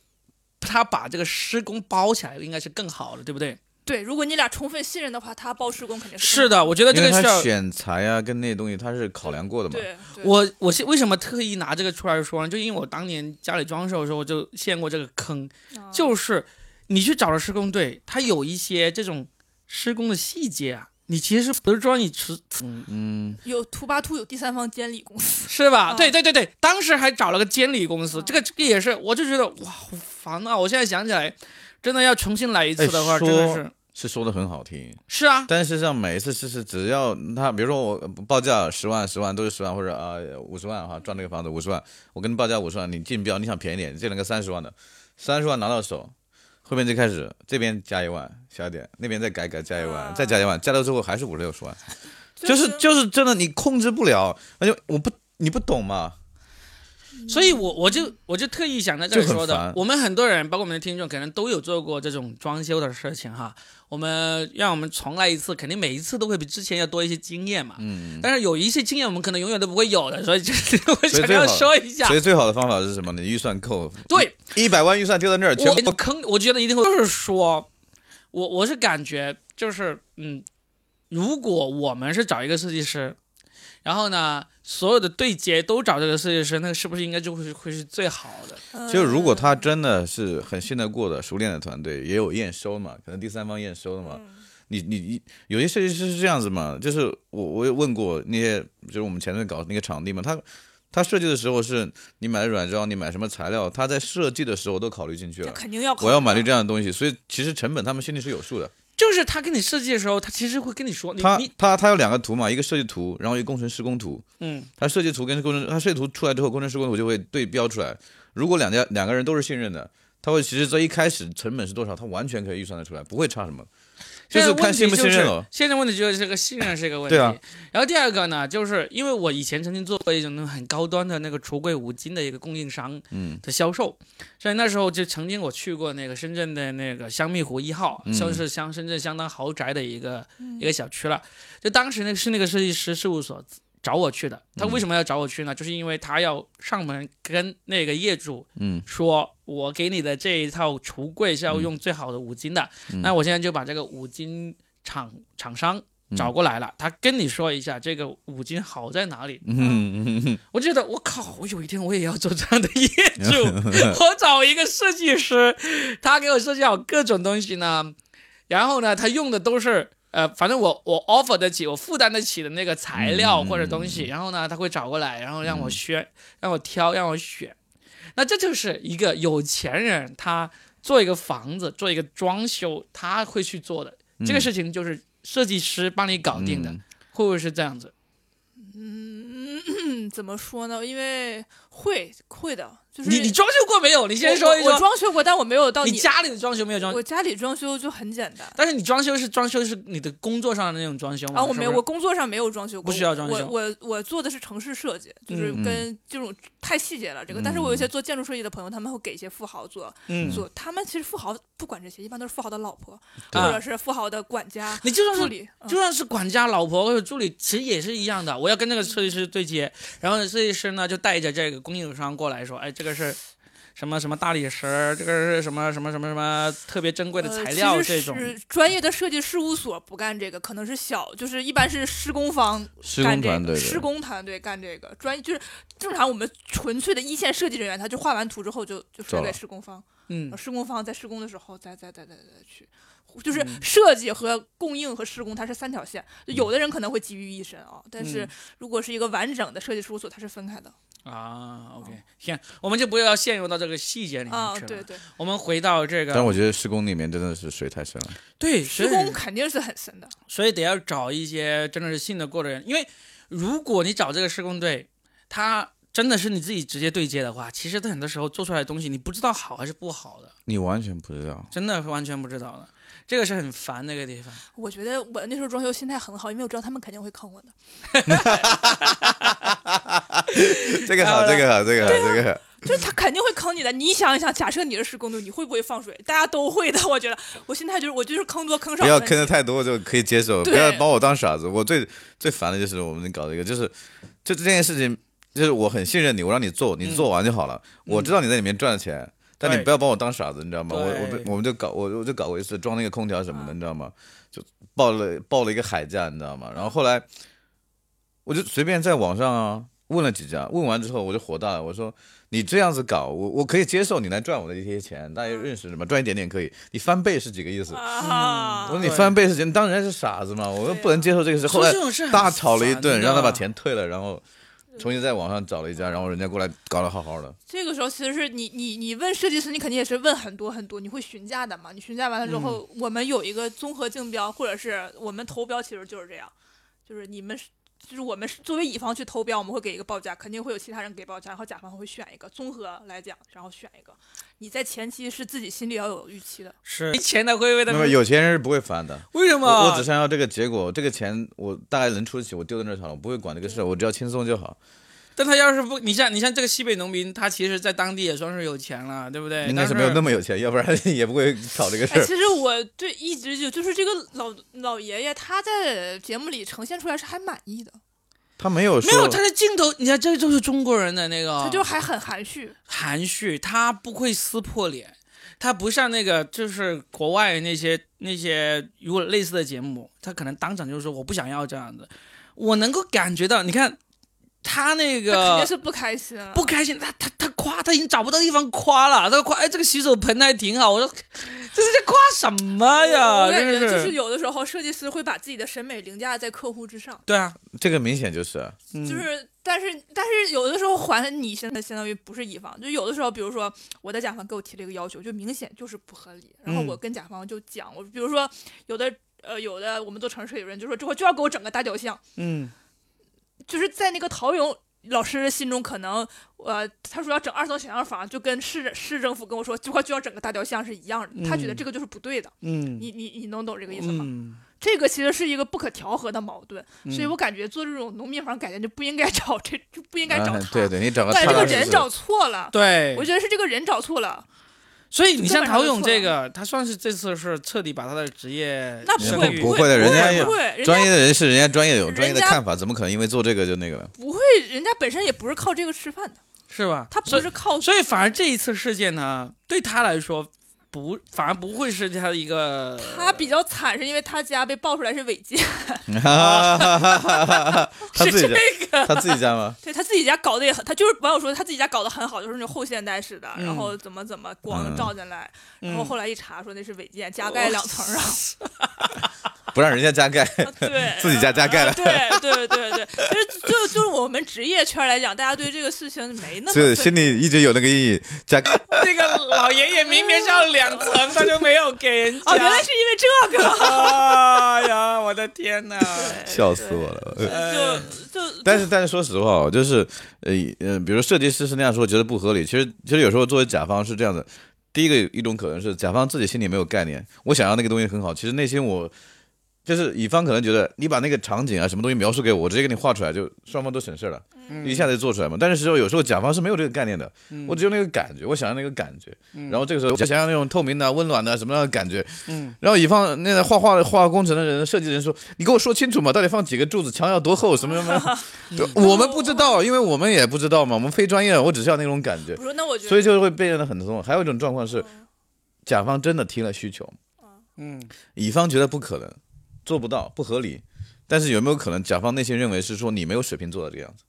Speaker 1: 他把这个施工包起来应该是更好的，对不对？
Speaker 3: 对，如果你俩充分信任的话，他包施工肯定
Speaker 1: 是
Speaker 3: 的。
Speaker 1: 的，我觉得这
Speaker 2: 因为
Speaker 1: 个
Speaker 2: 他
Speaker 1: 事儿，
Speaker 2: 选材啊跟那些东西他是考量过的嘛。
Speaker 3: 对，对
Speaker 1: 我我是为什么特意拿这个出来说呢？就因为我当年家里装修的时候，我就陷过这个
Speaker 2: 嗯
Speaker 1: 坑，
Speaker 3: 啊
Speaker 1: 就是你去找了施工队，他有一些这种施工的细节啊，你其实不是说你吃
Speaker 2: 嗯，
Speaker 3: 有图巴图有第三方监理公司，
Speaker 1: 是吧？
Speaker 3: 啊
Speaker 1: 对对对对，当时还找了个监理公司，
Speaker 3: 啊
Speaker 1: 这个这个也是，我就觉得哇，好烦啊！我现在想起来，真的要重新来一次的话，
Speaker 2: 哎
Speaker 1: 真的
Speaker 2: 说
Speaker 1: 是
Speaker 2: 是说的很好听，
Speaker 1: 是 啊，
Speaker 2: 但事实上每一次是是只要他，比如说我报价十万、十万都是十万，或者啊五十万哈，赚这个房子五十万，我跟你报价五十万，你竞标你想便宜点，你这两个三十万的，三十万拿到手，后面就开始这边加一万小一点，那边再改改加一万，
Speaker 3: 啊
Speaker 2: 再加一万，加到最后还是五十六十万，就是
Speaker 3: 是
Speaker 2: 就是真的你控制不了，而且我不你不懂嘛，
Speaker 1: 所以我我就我就特意想在这里
Speaker 2: 就很
Speaker 1: 说的
Speaker 2: 烦，
Speaker 1: 我们很多人，包括我们的听众，可能都有做过这种装修的事情哈。我们让我们重来一次，肯定每一次都会比之前要多一些经验嘛。
Speaker 2: 嗯，
Speaker 1: 但是有一些经验我们可能永远都不会有的，所以就是 我
Speaker 2: 所以
Speaker 1: 想
Speaker 2: 最
Speaker 1: 要
Speaker 2: 好
Speaker 1: 说一下
Speaker 2: 所。以最好的方法是什么呢？你预算够，
Speaker 1: 对，
Speaker 2: 一百万预算丢在那儿，全
Speaker 1: 我
Speaker 2: 部
Speaker 1: 坑，我觉得一定会就是说，我我是感觉就是嗯，如果我们是找一个设计师，然后呢，所有的对接都找这个设计师，那是不是应该就会会是最好的？
Speaker 3: 嗯
Speaker 2: 就如果他真的是很信得过的、熟练的团队，也有验收嘛，可能第三方验收的嘛。你你你，有些设计师是这样子嘛，就是我我也问过那些，就是我们前阵搞那个场地嘛，他他设计的时候是你买的软装，你买什么材料，他在设计的时候都考虑进去
Speaker 3: 那
Speaker 2: 了。
Speaker 3: 肯定要考
Speaker 2: 我要买
Speaker 3: 虑
Speaker 2: 这样的东西，所以其实成本他们心里是有数的。
Speaker 1: 就是他跟你设计的时候，他其实会跟你说，你
Speaker 2: 他
Speaker 1: 你
Speaker 2: 他他有两个图嘛，一个设计图，然后一个工程施工图。
Speaker 1: 嗯，
Speaker 2: 他设计图跟工程，他设计图出来之后，工程施工图就会对标出来。如果两家两个人都是信任的，他会其实在一开始成本是多少，他完全可以预算得出来，不会差什么。
Speaker 1: 现
Speaker 2: 就
Speaker 1: 在
Speaker 2: 是
Speaker 1: 问
Speaker 2: 看
Speaker 1: 题
Speaker 2: 信不信任
Speaker 1: 就
Speaker 2: 了
Speaker 1: 是。现在问题就是这个信任是一个问题。
Speaker 2: 对啊。
Speaker 1: 然后第二个呢，就是因为我以前曾经做过一种那种很高端的那个橱柜五金的一个供应商
Speaker 2: 嗯
Speaker 1: 的销售，所以那时候就曾经我去过那个深圳的那个香蜜湖一号，
Speaker 2: 嗯
Speaker 1: 算是相深圳相当豪宅的一个、一个小区了。就当时那是那个设计师事务所找我去的，他
Speaker 2: 嗯
Speaker 1: 为什么要找我去呢？就是因为他要上门跟那个业主
Speaker 2: 嗯，
Speaker 1: 说我给你的这一套橱柜是要用最好的五金的，
Speaker 2: 嗯
Speaker 1: 那我现在就把这个五金厂厂商
Speaker 2: 嗯
Speaker 1: 找过来了，他跟你说一下这个五金好在哪里。啊
Speaker 2: 嗯嗯
Speaker 1: 我觉得我靠，我有一天我也要做这样的业 主，我找一个设计师，他给我设计好各种东西呢，然后呢，他用的都是。呃，反正我我 offer 得起，我负担得起的那个材料
Speaker 2: 嗯
Speaker 1: 或者东西，然后呢，他会找过来，然后让我选，让我挑，让我选。那这就是一个有钱人，他做一个房子，做一个装修，他会去做的、这个事情，就是设计师帮你搞定的，
Speaker 2: 嗯
Speaker 1: 会不会是这样子？
Speaker 3: 嗯，怎么说呢？因为会会的，就是
Speaker 1: 你你装修过没有？你
Speaker 3: 我
Speaker 1: 先说一
Speaker 3: 我我
Speaker 1: 说，
Speaker 3: 装修过，但我没有到
Speaker 1: 你家里的装修没有装
Speaker 3: 我家里装修就很简单。
Speaker 1: 但是你装修是装修是你的工作上的那种装修吗？
Speaker 3: 啊，我没有，
Speaker 1: 是不
Speaker 3: 我
Speaker 1: 是
Speaker 3: 工作上没有装修过，
Speaker 1: 不需要装修
Speaker 3: 我我我做的是城市设计，就是
Speaker 1: 嗯
Speaker 2: 嗯
Speaker 3: 跟这种太细节了这个。但是我有一些做建筑设计的朋友，他们会给一些富豪做
Speaker 1: 嗯，
Speaker 3: 做，他们其实富豪不管这些，一般都是富豪的老婆
Speaker 1: 对
Speaker 3: 或者是富豪的管家、
Speaker 1: 你就算
Speaker 3: 助
Speaker 1: 是
Speaker 3: 理。嗯
Speaker 1: 就算是管家、老婆或者助理，其实也是一样的。我要跟那个设计师对接，然后设计师呢就带着这个供应商过来说，哎，这个是。什么什么大理石，这个是什么什么什么什么特别珍贵的材料？
Speaker 3: 呃、其
Speaker 1: 这
Speaker 3: 实
Speaker 1: 种
Speaker 3: 是专业的设计事务所不干这个，可能是小，就是一般是施工方
Speaker 2: 施
Speaker 3: 干
Speaker 2: 工
Speaker 3: 这
Speaker 2: 团
Speaker 3: 个，
Speaker 2: 队的
Speaker 3: 施工团队干这个，专就是正常我们纯粹的一线设计人员，他就画完图之后就就
Speaker 2: 走
Speaker 3: 甩
Speaker 2: 了
Speaker 3: 给施工方，
Speaker 1: 嗯
Speaker 3: 呃，施工方在施工的时候再再再再再去。就是设计和供应和施工，它是三条线。就有的人可能会集于一身啊、但是
Speaker 1: 嗯
Speaker 3: 如果是一个完整的设计事务所，它是分开的
Speaker 1: 啊，OK，行，我们就不要陷入到这个细节里面
Speaker 3: 啊。
Speaker 1: 去了。
Speaker 3: 对，对，
Speaker 1: 我们回到这
Speaker 2: 但
Speaker 1: 个
Speaker 2: 我觉得施工里面真的是水太深了。
Speaker 1: 对
Speaker 3: 施
Speaker 1: 施
Speaker 3: 工肯定是很深的。
Speaker 1: 所以得要找一些真的是信得过的人，因为如果你找这个施工队，他真的是你自己直接对接的话，其实他很多时候做出来的东西你不知道好还是不好的，
Speaker 2: 你完全不知道，
Speaker 1: 真的是完全不知道的，这个是很烦那个地方。
Speaker 3: 我觉得我那时候装修心态很好，因为我知道他们肯定会坑我的。
Speaker 2: 这个好，这个好，这个好，这个好。
Speaker 3: 就是他肯定会坑你的。你想一想，假设你是施工队，你会不会放水？大家都会的，我觉得。我心态就是，我就是坑多坑
Speaker 2: 不
Speaker 3: 少的
Speaker 2: 要
Speaker 3: 问题。
Speaker 2: 坑的太多就可以接受，不
Speaker 3: 对
Speaker 2: 要把我当傻子。我最最烦的就是我们搞这个，就是
Speaker 3: 嗯
Speaker 2: 就这件事情，就是我很信任你，我让你做，你做完就好了。我知道你在里面赚钱，但你
Speaker 1: 对
Speaker 2: 不要把我当傻子，你知道吗？我我
Speaker 1: 对
Speaker 2: 被我们就搞我我就搞过一次装那个空调什
Speaker 3: 啊
Speaker 2: 么的，你知道吗？就报了报了一个海价，你知道吗？然后后来我就随便在网上啊问了几家，问完之后我就火大了，我说你这样子搞，我我可以接受你来赚我的一些钱，大家认识什么赚一点点可以，你翻倍是几个意思？
Speaker 3: 啊
Speaker 2: 我说你
Speaker 1: 对
Speaker 2: 翻倍是钱，你当人家是傻子嘛，我说不能接受这个事。后来
Speaker 1: 这种事很
Speaker 2: 大吵了一
Speaker 1: 烦
Speaker 2: 顿，
Speaker 3: 啊
Speaker 1: 的
Speaker 2: 让他把钱退了，然后重新在网上找了一家，然后人家过来搞得好好的。
Speaker 3: 这个时候其实是你你你问设计师，你肯定也是问很多很多，你会询价的嘛？你询价完了之后，我们有一个综合竞标，或者是我们投标，其实就是这样，就是你们是就是我们是作为乙方去投标，我们会给一个报价，肯定会有其他人给报价，然后甲方会选一个，综合来讲，然后选一个。你在前期是自己心里要有预期的，
Speaker 1: 是没钱的会为他
Speaker 2: 那么
Speaker 1: 们
Speaker 2: 有钱人是不会翻的，
Speaker 1: 为什
Speaker 2: 我
Speaker 1: 么？
Speaker 2: 我只想要这个结果，这个钱我大概能出得起，我丢在那儿好了，我不会管这个事，我只要轻松就好。
Speaker 1: 但他要是不，你像你像这个西北农民，他其实在当地也算是有钱了，对不对？
Speaker 2: 应该是没有那么有钱，要不然 也不会搞这个事
Speaker 3: 哎，
Speaker 2: 儿。
Speaker 3: 其实我对一直就就是这个老老爷爷他在节目里呈现出来是还满意的，
Speaker 2: 他没有
Speaker 1: 但是
Speaker 2: 说，
Speaker 1: 没有他的镜头，你看这就是中国人的那个，
Speaker 3: 他就还很含蓄。
Speaker 1: 含蓄，他不会撕破脸，他不像那个就是国外那些那些如果类似的节目，他可能当场就说我不想要这样子，我能够感觉到，你看他那
Speaker 3: 他肯定
Speaker 1: 个
Speaker 3: 是不开心了，
Speaker 1: 不开心，他他他夸他已经找不到地方夸了，他夸哎这个洗手盆还挺好，我说这是在夸什么哎呀？
Speaker 3: 我感
Speaker 1: 真
Speaker 3: 觉
Speaker 1: 的
Speaker 3: 就是有的时候设计师会把自己的审美凌驾在客户之上，
Speaker 1: 对啊，
Speaker 2: 这个明显就是
Speaker 1: 嗯
Speaker 3: 就是但是但是有的时候还你现在相当于不是乙方，就有的时候比如说我的甲方给我提了一个要求，就明显就是不合理，然后
Speaker 1: 嗯
Speaker 3: 我跟甲方就讲，我比如说有的呃有的我们做城市设计人就说这会就要给我整个大雕像，
Speaker 1: 嗯
Speaker 3: 就是在那个陶勇老师心中，可能呃，他说要整二层小洋房，就跟市市政府跟我说就快就要整个大雕像是一样的，他觉得
Speaker 1: 嗯
Speaker 3: 这个就是不对的，
Speaker 1: 嗯
Speaker 3: 你你你能懂这个意思吗？
Speaker 1: 嗯，
Speaker 3: 这个其实是一个不可调和的矛盾，
Speaker 1: 嗯
Speaker 3: 所以我感觉做这种农民房改建就不应该找这，就不应该找
Speaker 2: 啊
Speaker 3: 他。
Speaker 2: 对对，你找个
Speaker 3: 感
Speaker 2: 踏
Speaker 3: 觉这个
Speaker 2: 踏实
Speaker 3: 人
Speaker 2: 实
Speaker 3: 找错了，
Speaker 1: 对，
Speaker 3: 我觉得是这个人找错了。
Speaker 1: 所以你像
Speaker 3: 根本
Speaker 1: 陶
Speaker 3: 上就
Speaker 1: 勇
Speaker 3: 错啊了
Speaker 1: 这个，他算是这次是彻底把他的职业
Speaker 3: 那
Speaker 2: 人
Speaker 3: 不
Speaker 2: 家
Speaker 3: 会
Speaker 1: 声誉
Speaker 2: 不
Speaker 3: 不
Speaker 2: 会的人家也
Speaker 3: 不会，人
Speaker 2: 专
Speaker 3: 家
Speaker 2: 业的人是人家专业有专业的
Speaker 3: 人家
Speaker 2: 看法，怎么可能因为做这个就那个了？
Speaker 3: 不会，人家本身也不是靠这个吃饭的，
Speaker 1: 是吧？
Speaker 3: 他
Speaker 1: 所
Speaker 3: 不
Speaker 1: 以
Speaker 3: 是靠
Speaker 1: 所以反而这一次事件呢，对他来说不，反而不会是他的一个
Speaker 3: 他比较惨，是因为他家被爆出来是违建，
Speaker 2: 他
Speaker 3: 啊
Speaker 1: 是
Speaker 2: 自己
Speaker 1: 这
Speaker 2: 家，
Speaker 1: 个
Speaker 2: 他自己家吗？
Speaker 3: 对他自己家搞得也很，他就是网友说他自己家搞得很好，就是那种后现代式的，然后怎么怎么光
Speaker 2: 嗯
Speaker 3: 照进来，然
Speaker 1: 嗯
Speaker 3: 后后来一查说那是违建，加
Speaker 1: 哦
Speaker 3: 盖两层，啊然后
Speaker 2: 不让人家加盖，
Speaker 3: 对啊
Speaker 2: 自己家加盖了。
Speaker 3: 对对对对，就是就就是我们职业圈来讲，大家对这个事情没那么
Speaker 2: 所以
Speaker 3: 对
Speaker 2: 心里一直有那个阴影，加盖
Speaker 1: 那个老爷爷明明是要两层，他就没有给人家。
Speaker 3: 哦，原来是因为这个，
Speaker 1: 哎呀，我的天哪！
Speaker 2: 笑死我了。呃
Speaker 1: 哎
Speaker 3: 就就
Speaker 2: 但是，但是说实话，哦，就是，呃，呃，比如设计师是那样说，觉得不合理。其实，其实有时候作为甲方是这样的，第一个一种可能是甲方自己心里没有概念，我想要那个东西很好，其实内心我就是乙方可能觉得你把那个场景啊什么东西描述给我，我直接给你画出来，就双方都省事儿了，
Speaker 1: 嗯
Speaker 2: 一下子就做出来嘛。但是实际上有时候甲方是没有这个概念的，我只有那个感觉，我想要那个感觉，然后这个时候我想要那种透明的、温暖的什么样的感觉，
Speaker 1: 嗯，
Speaker 2: 然后乙方那个画画画工程的人、设计人说：“你给我说清楚嘛，到底放几个柱子，墙要多厚，什么什么。对”我们不知道，因为我们也不知道嘛，我们非专业，我只是要那种感觉
Speaker 3: 不，是那我觉
Speaker 2: 所以
Speaker 3: 得
Speaker 2: 就会变得很松。还有一种状况是，甲方真的提了需求，
Speaker 1: 嗯，
Speaker 2: 乙方觉得不可能，做不到，不合理。但是有没有可能，甲方内心认为是说你没有水平做到这个样子？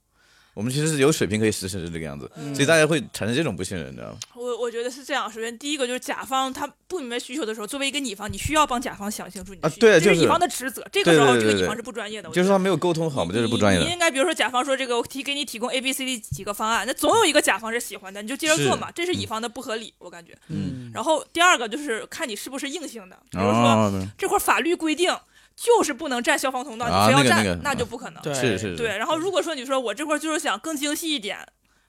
Speaker 2: 我们其实是有水平可以实现是这个样子，
Speaker 1: 嗯
Speaker 2: 所以大家会产生这种不信任，你知道吗？
Speaker 3: 我我觉得是这样。首先，第一个就是甲方他不明白需求的时候，作为一个乙方，你需要帮甲方想清楚你
Speaker 2: 啊
Speaker 3: 的需求，
Speaker 2: 对
Speaker 3: 这
Speaker 2: 就是是
Speaker 3: 乙方的职责。这个
Speaker 2: 对
Speaker 3: 时候，
Speaker 2: 对对
Speaker 3: 这个乙
Speaker 2: 对
Speaker 3: 方是不专业的，我觉
Speaker 2: 就
Speaker 3: 得
Speaker 2: 是他没有沟通好嘛，这是不专业
Speaker 3: 你
Speaker 2: 的
Speaker 3: 你。应该比如说甲方说这个我提给你提供 A B C D 几个方案，那总有一个甲方是喜欢的，你就接着做嘛。这是
Speaker 2: 嗯
Speaker 3: 乙方的不合理，我感觉。
Speaker 1: 嗯。
Speaker 3: 然后第二个就是看你是不是硬性的，比如说、
Speaker 2: 哦，
Speaker 3: 这块法律规定就是不能占消防通道，
Speaker 2: 啊
Speaker 3: 你非要
Speaker 2: 那个
Speaker 3: 占，
Speaker 2: 那个
Speaker 3: 就不可能。
Speaker 1: 嗯对，
Speaker 2: 是是
Speaker 3: 对，然后如果说你说我这块就是想更精细一点，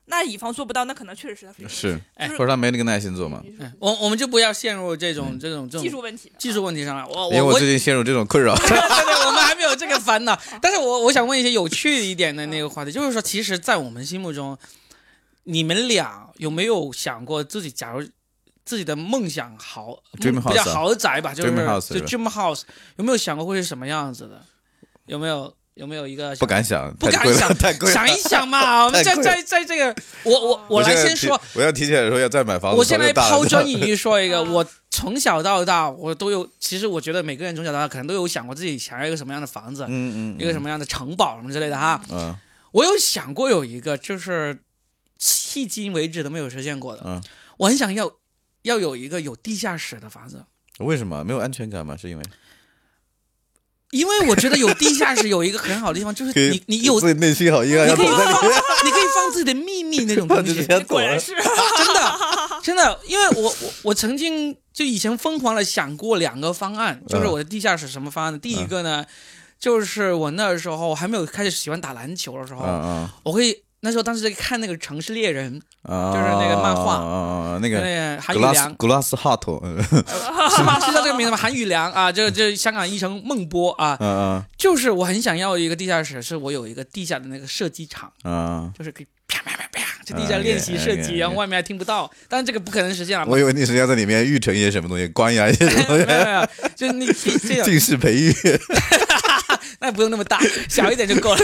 Speaker 3: 那乙方做不到，那可能确实是他不
Speaker 2: 是，
Speaker 1: 哎
Speaker 2: 或者他没那个耐心做嘛。
Speaker 1: 哎我我们就不要陷入这种这种这种
Speaker 3: 技术问题。啊
Speaker 1: 技术问题上来。我
Speaker 2: 嗯因为
Speaker 1: 我
Speaker 2: 我最近陷入这种困扰，
Speaker 1: 对对，我们还没有这个烦恼。但是我我想问一些有趣一点的那个话题，就是说，其实，在我们心目中，你们俩有没有想过自己，假如自己的梦想豪
Speaker 2: Dream
Speaker 1: 梦比较
Speaker 2: house 啊
Speaker 1: 豪宅吧，就是
Speaker 2: Dream house
Speaker 1: 就 dream house，有没有想过会是什么样子的？有没有？有没有一个
Speaker 2: 不敢想，
Speaker 1: 不敢
Speaker 2: 太贵了
Speaker 1: 想
Speaker 2: 太贵了。
Speaker 1: 想一想嘛？我们在
Speaker 2: 太贵了
Speaker 1: 在在这个，我我我来
Speaker 2: 现在
Speaker 1: 先
Speaker 2: 提
Speaker 1: 说，，
Speaker 2: 我要提起来说要再买房子，
Speaker 1: 我先来
Speaker 2: 早就大了
Speaker 1: 抛砖引玉说一个，
Speaker 3: 嗯
Speaker 1: 我从小到大我都有，其实我觉得每个人从小到大可能都有想过自己想要一个什么样的房子，
Speaker 2: 嗯嗯，
Speaker 1: 一个什
Speaker 2: 么？
Speaker 1: 么样的城堡什么之类的哈。
Speaker 2: 嗯
Speaker 1: 我有想过有一个，就是迄今为止都没有实现过的，
Speaker 2: 嗯，
Speaker 1: 我很想要要有一个有地下室的房子，
Speaker 2: 为什么没有安全感吗？是因为
Speaker 1: 因为我觉得有地下室有一个很好的地方，就是你你有
Speaker 2: 自己内心好阴暗，
Speaker 1: 你
Speaker 2: 要
Speaker 1: 可
Speaker 2: 躲
Speaker 1: 以
Speaker 2: 在
Speaker 1: 放，
Speaker 2: 里面，
Speaker 1: 你可以放自己的秘密那种东
Speaker 2: 就
Speaker 1: 西
Speaker 2: 是。要躲
Speaker 3: 果
Speaker 2: 了
Speaker 3: 然。是
Speaker 1: 真的，真的，因为我我我曾经就以前疯狂的想过两个方案，就是
Speaker 2: 嗯
Speaker 1: 我的地下室什么方案呢？第一个呢，就是我那时候还没有开始喜欢打篮球的时候，
Speaker 2: 嗯
Speaker 1: 我会那时候当时在看那个《城市猎人》
Speaker 2: 嗯，
Speaker 1: 就是那个漫画
Speaker 2: 嗯嗯嗯，那个
Speaker 1: 啊那个韩宇
Speaker 2: glass
Speaker 1: 良
Speaker 2: glass heart，嗯
Speaker 1: 是吗？知道这个名字吗？韩宇良啊，这这香港译成孟波啊，
Speaker 2: 嗯
Speaker 1: 就是我很想要一个地下室，是我有一个地下的那个射击场。
Speaker 2: 嗯
Speaker 1: 就是可以啪啪啪啪，就地下练习射击，
Speaker 2: 嗯，OK，OK，OK
Speaker 1: 然后外面还听不到，但是这个不可能实现了。
Speaker 2: 嗯，我以为你是要在里面育成一些什么东西，关押一些什么
Speaker 1: 没有
Speaker 2: 东
Speaker 1: 没有没有，就是你这
Speaker 2: 西，
Speaker 1: 样，
Speaker 2: 近视 培育，
Speaker 1: 那不用那么大，小一点就够了。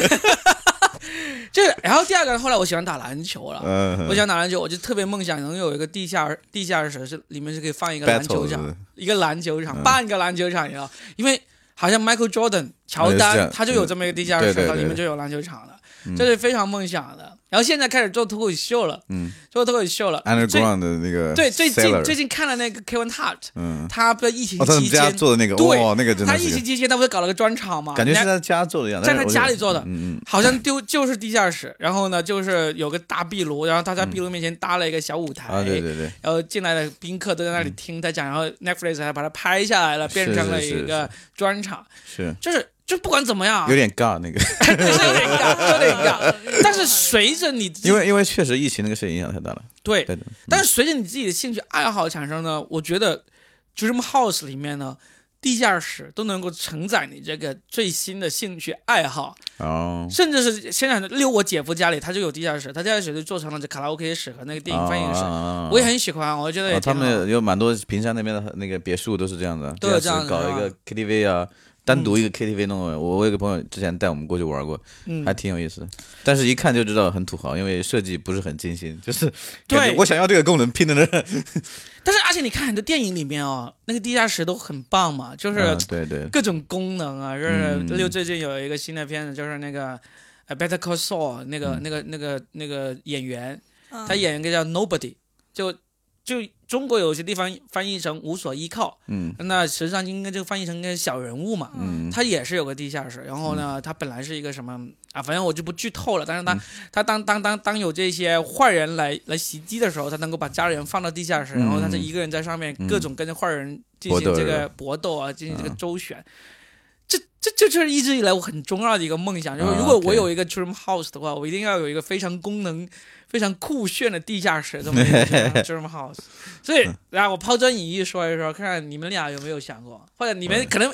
Speaker 1: 就是，然后第二个，后来我喜欢打篮球了。
Speaker 2: 嗯，
Speaker 1: 我喜欢打篮球，我就特别梦想能有一个地下地下室，是里面是可以放一个
Speaker 2: Battle
Speaker 1: 篮球
Speaker 2: 是
Speaker 1: 场
Speaker 2: 吧，
Speaker 1: 一个篮球场，
Speaker 2: 嗯
Speaker 1: 半个篮球场也要，因为好像 Michael Jordan 乔
Speaker 2: 哎是这
Speaker 1: 丹
Speaker 2: 样
Speaker 1: 他就有这么一个地下
Speaker 2: 对
Speaker 1: 室，
Speaker 2: 对
Speaker 1: 它
Speaker 2: 对
Speaker 1: 里面
Speaker 2: 对
Speaker 1: 就有篮球场了，
Speaker 2: 嗯
Speaker 1: 这是非常梦想的。然后现在开始做脱口秀了，
Speaker 2: 嗯
Speaker 1: 做脱口秀了，最
Speaker 2: 呃，underground 的那个
Speaker 1: 对，最近
Speaker 2: seller
Speaker 1: 最近看了那个 Kevin Hart，
Speaker 2: 嗯，
Speaker 1: 他不在疫情
Speaker 2: 哦，他们
Speaker 1: 期
Speaker 2: 家
Speaker 1: 间，
Speaker 2: 做的那个，
Speaker 1: 对
Speaker 2: 哦，那个真
Speaker 1: 他
Speaker 2: 的
Speaker 1: 疫情
Speaker 2: 是，
Speaker 1: 期间他不是搞了个专场嘛？
Speaker 2: 感觉是
Speaker 1: 人家
Speaker 2: 在家做的一样，
Speaker 1: 在
Speaker 2: 但是
Speaker 1: 他
Speaker 2: 我
Speaker 1: 家
Speaker 2: 觉得
Speaker 1: 里做的
Speaker 2: 嗯嗯
Speaker 1: 好像丢就是地下室，然后呢就是有个大壁炉，然后他在壁炉面前搭了一个小舞台，
Speaker 2: 嗯啊，对对对，
Speaker 1: 然后进来的宾客都在那里听他讲，然后 Netflix 还把它拍下来了，
Speaker 2: 嗯是
Speaker 1: 变成了
Speaker 2: 是是
Speaker 1: 一个专场，
Speaker 2: 是
Speaker 1: 就是就不管怎么样啊
Speaker 2: 有，点尬 那个，
Speaker 1: 就是有点尬，有点 尬。
Speaker 3: 嗯
Speaker 1: 但是随着你自己
Speaker 2: 因为因为确实疫情那个事情影响太大了，
Speaker 1: 对
Speaker 2: 对的，
Speaker 1: 但是随着你自己的兴趣爱好产生呢，我觉得就这么 house 里面呢，地下室都能够承载你这个最新的兴趣爱好，
Speaker 2: 哦，
Speaker 1: 甚至是现在溜我姐夫家里，他就有地下室，他地下室就做成了这卡拉 OK 室和那个电影放映室，
Speaker 2: 啊
Speaker 1: 我也很喜欢，我觉得也
Speaker 2: 哦，
Speaker 1: 挺
Speaker 2: 他
Speaker 1: 好。
Speaker 2: 们有蛮多平山那边的那个别墅都是这样的，
Speaker 1: 都有
Speaker 2: 要
Speaker 1: 这样的
Speaker 2: 是搞一
Speaker 1: 是
Speaker 2: 个
Speaker 1: 吧
Speaker 2: KTV 啊，单独一个 KTV 弄的。我我有个朋友之前带我们过去玩过，
Speaker 1: 嗯
Speaker 2: 还挺有意思的，但是一看就知道很土豪，因为设计不是很精心，就是
Speaker 1: 对
Speaker 2: 感觉我想要这个功能拼的呢，
Speaker 1: 但是而且你看很多电影里面哦，那个地下室都很棒嘛，就
Speaker 2: 啊
Speaker 1: 是
Speaker 2: 对对，
Speaker 1: 各种功能啊，就是
Speaker 2: 嗯
Speaker 1: 六最近有一个新的片子，就是那个。呃 Better Call Saul 那个、那个、那个、那个演员，
Speaker 3: 嗯
Speaker 1: 他演一个叫 Nobody，就就中国有些地方翻译成无所依靠，
Speaker 2: 嗯
Speaker 1: 那实际上应该就翻译成应该是小人物嘛。
Speaker 2: 嗯，
Speaker 1: 他也是有个地下室，然后呢，他本来是一个什么啊，反正我就不剧透了。但
Speaker 2: 嗯
Speaker 1: 是他、他当当当当有这些坏人来来袭击的时候，他能够把家人放到地下室，
Speaker 2: 嗯
Speaker 1: 然后他是一个人在上面
Speaker 2: 嗯
Speaker 1: 各种跟着坏人进
Speaker 2: 搏
Speaker 1: 行
Speaker 2: 斗
Speaker 1: 这
Speaker 2: 是嗯
Speaker 1: 个搏斗啊，进行这个周旋。这这这就是一直以来我很重要的一个梦想，就是
Speaker 2: 啊
Speaker 1: 如果我
Speaker 2: OK
Speaker 1: 有一个 dream house 的话，我一定要有一个非常功能、非常酷炫的地下室这么一个 dream house。所以，然后我抛砖引玉说一说，看看你们俩有没有想过，或者你
Speaker 2: 嗯
Speaker 1: 们可能、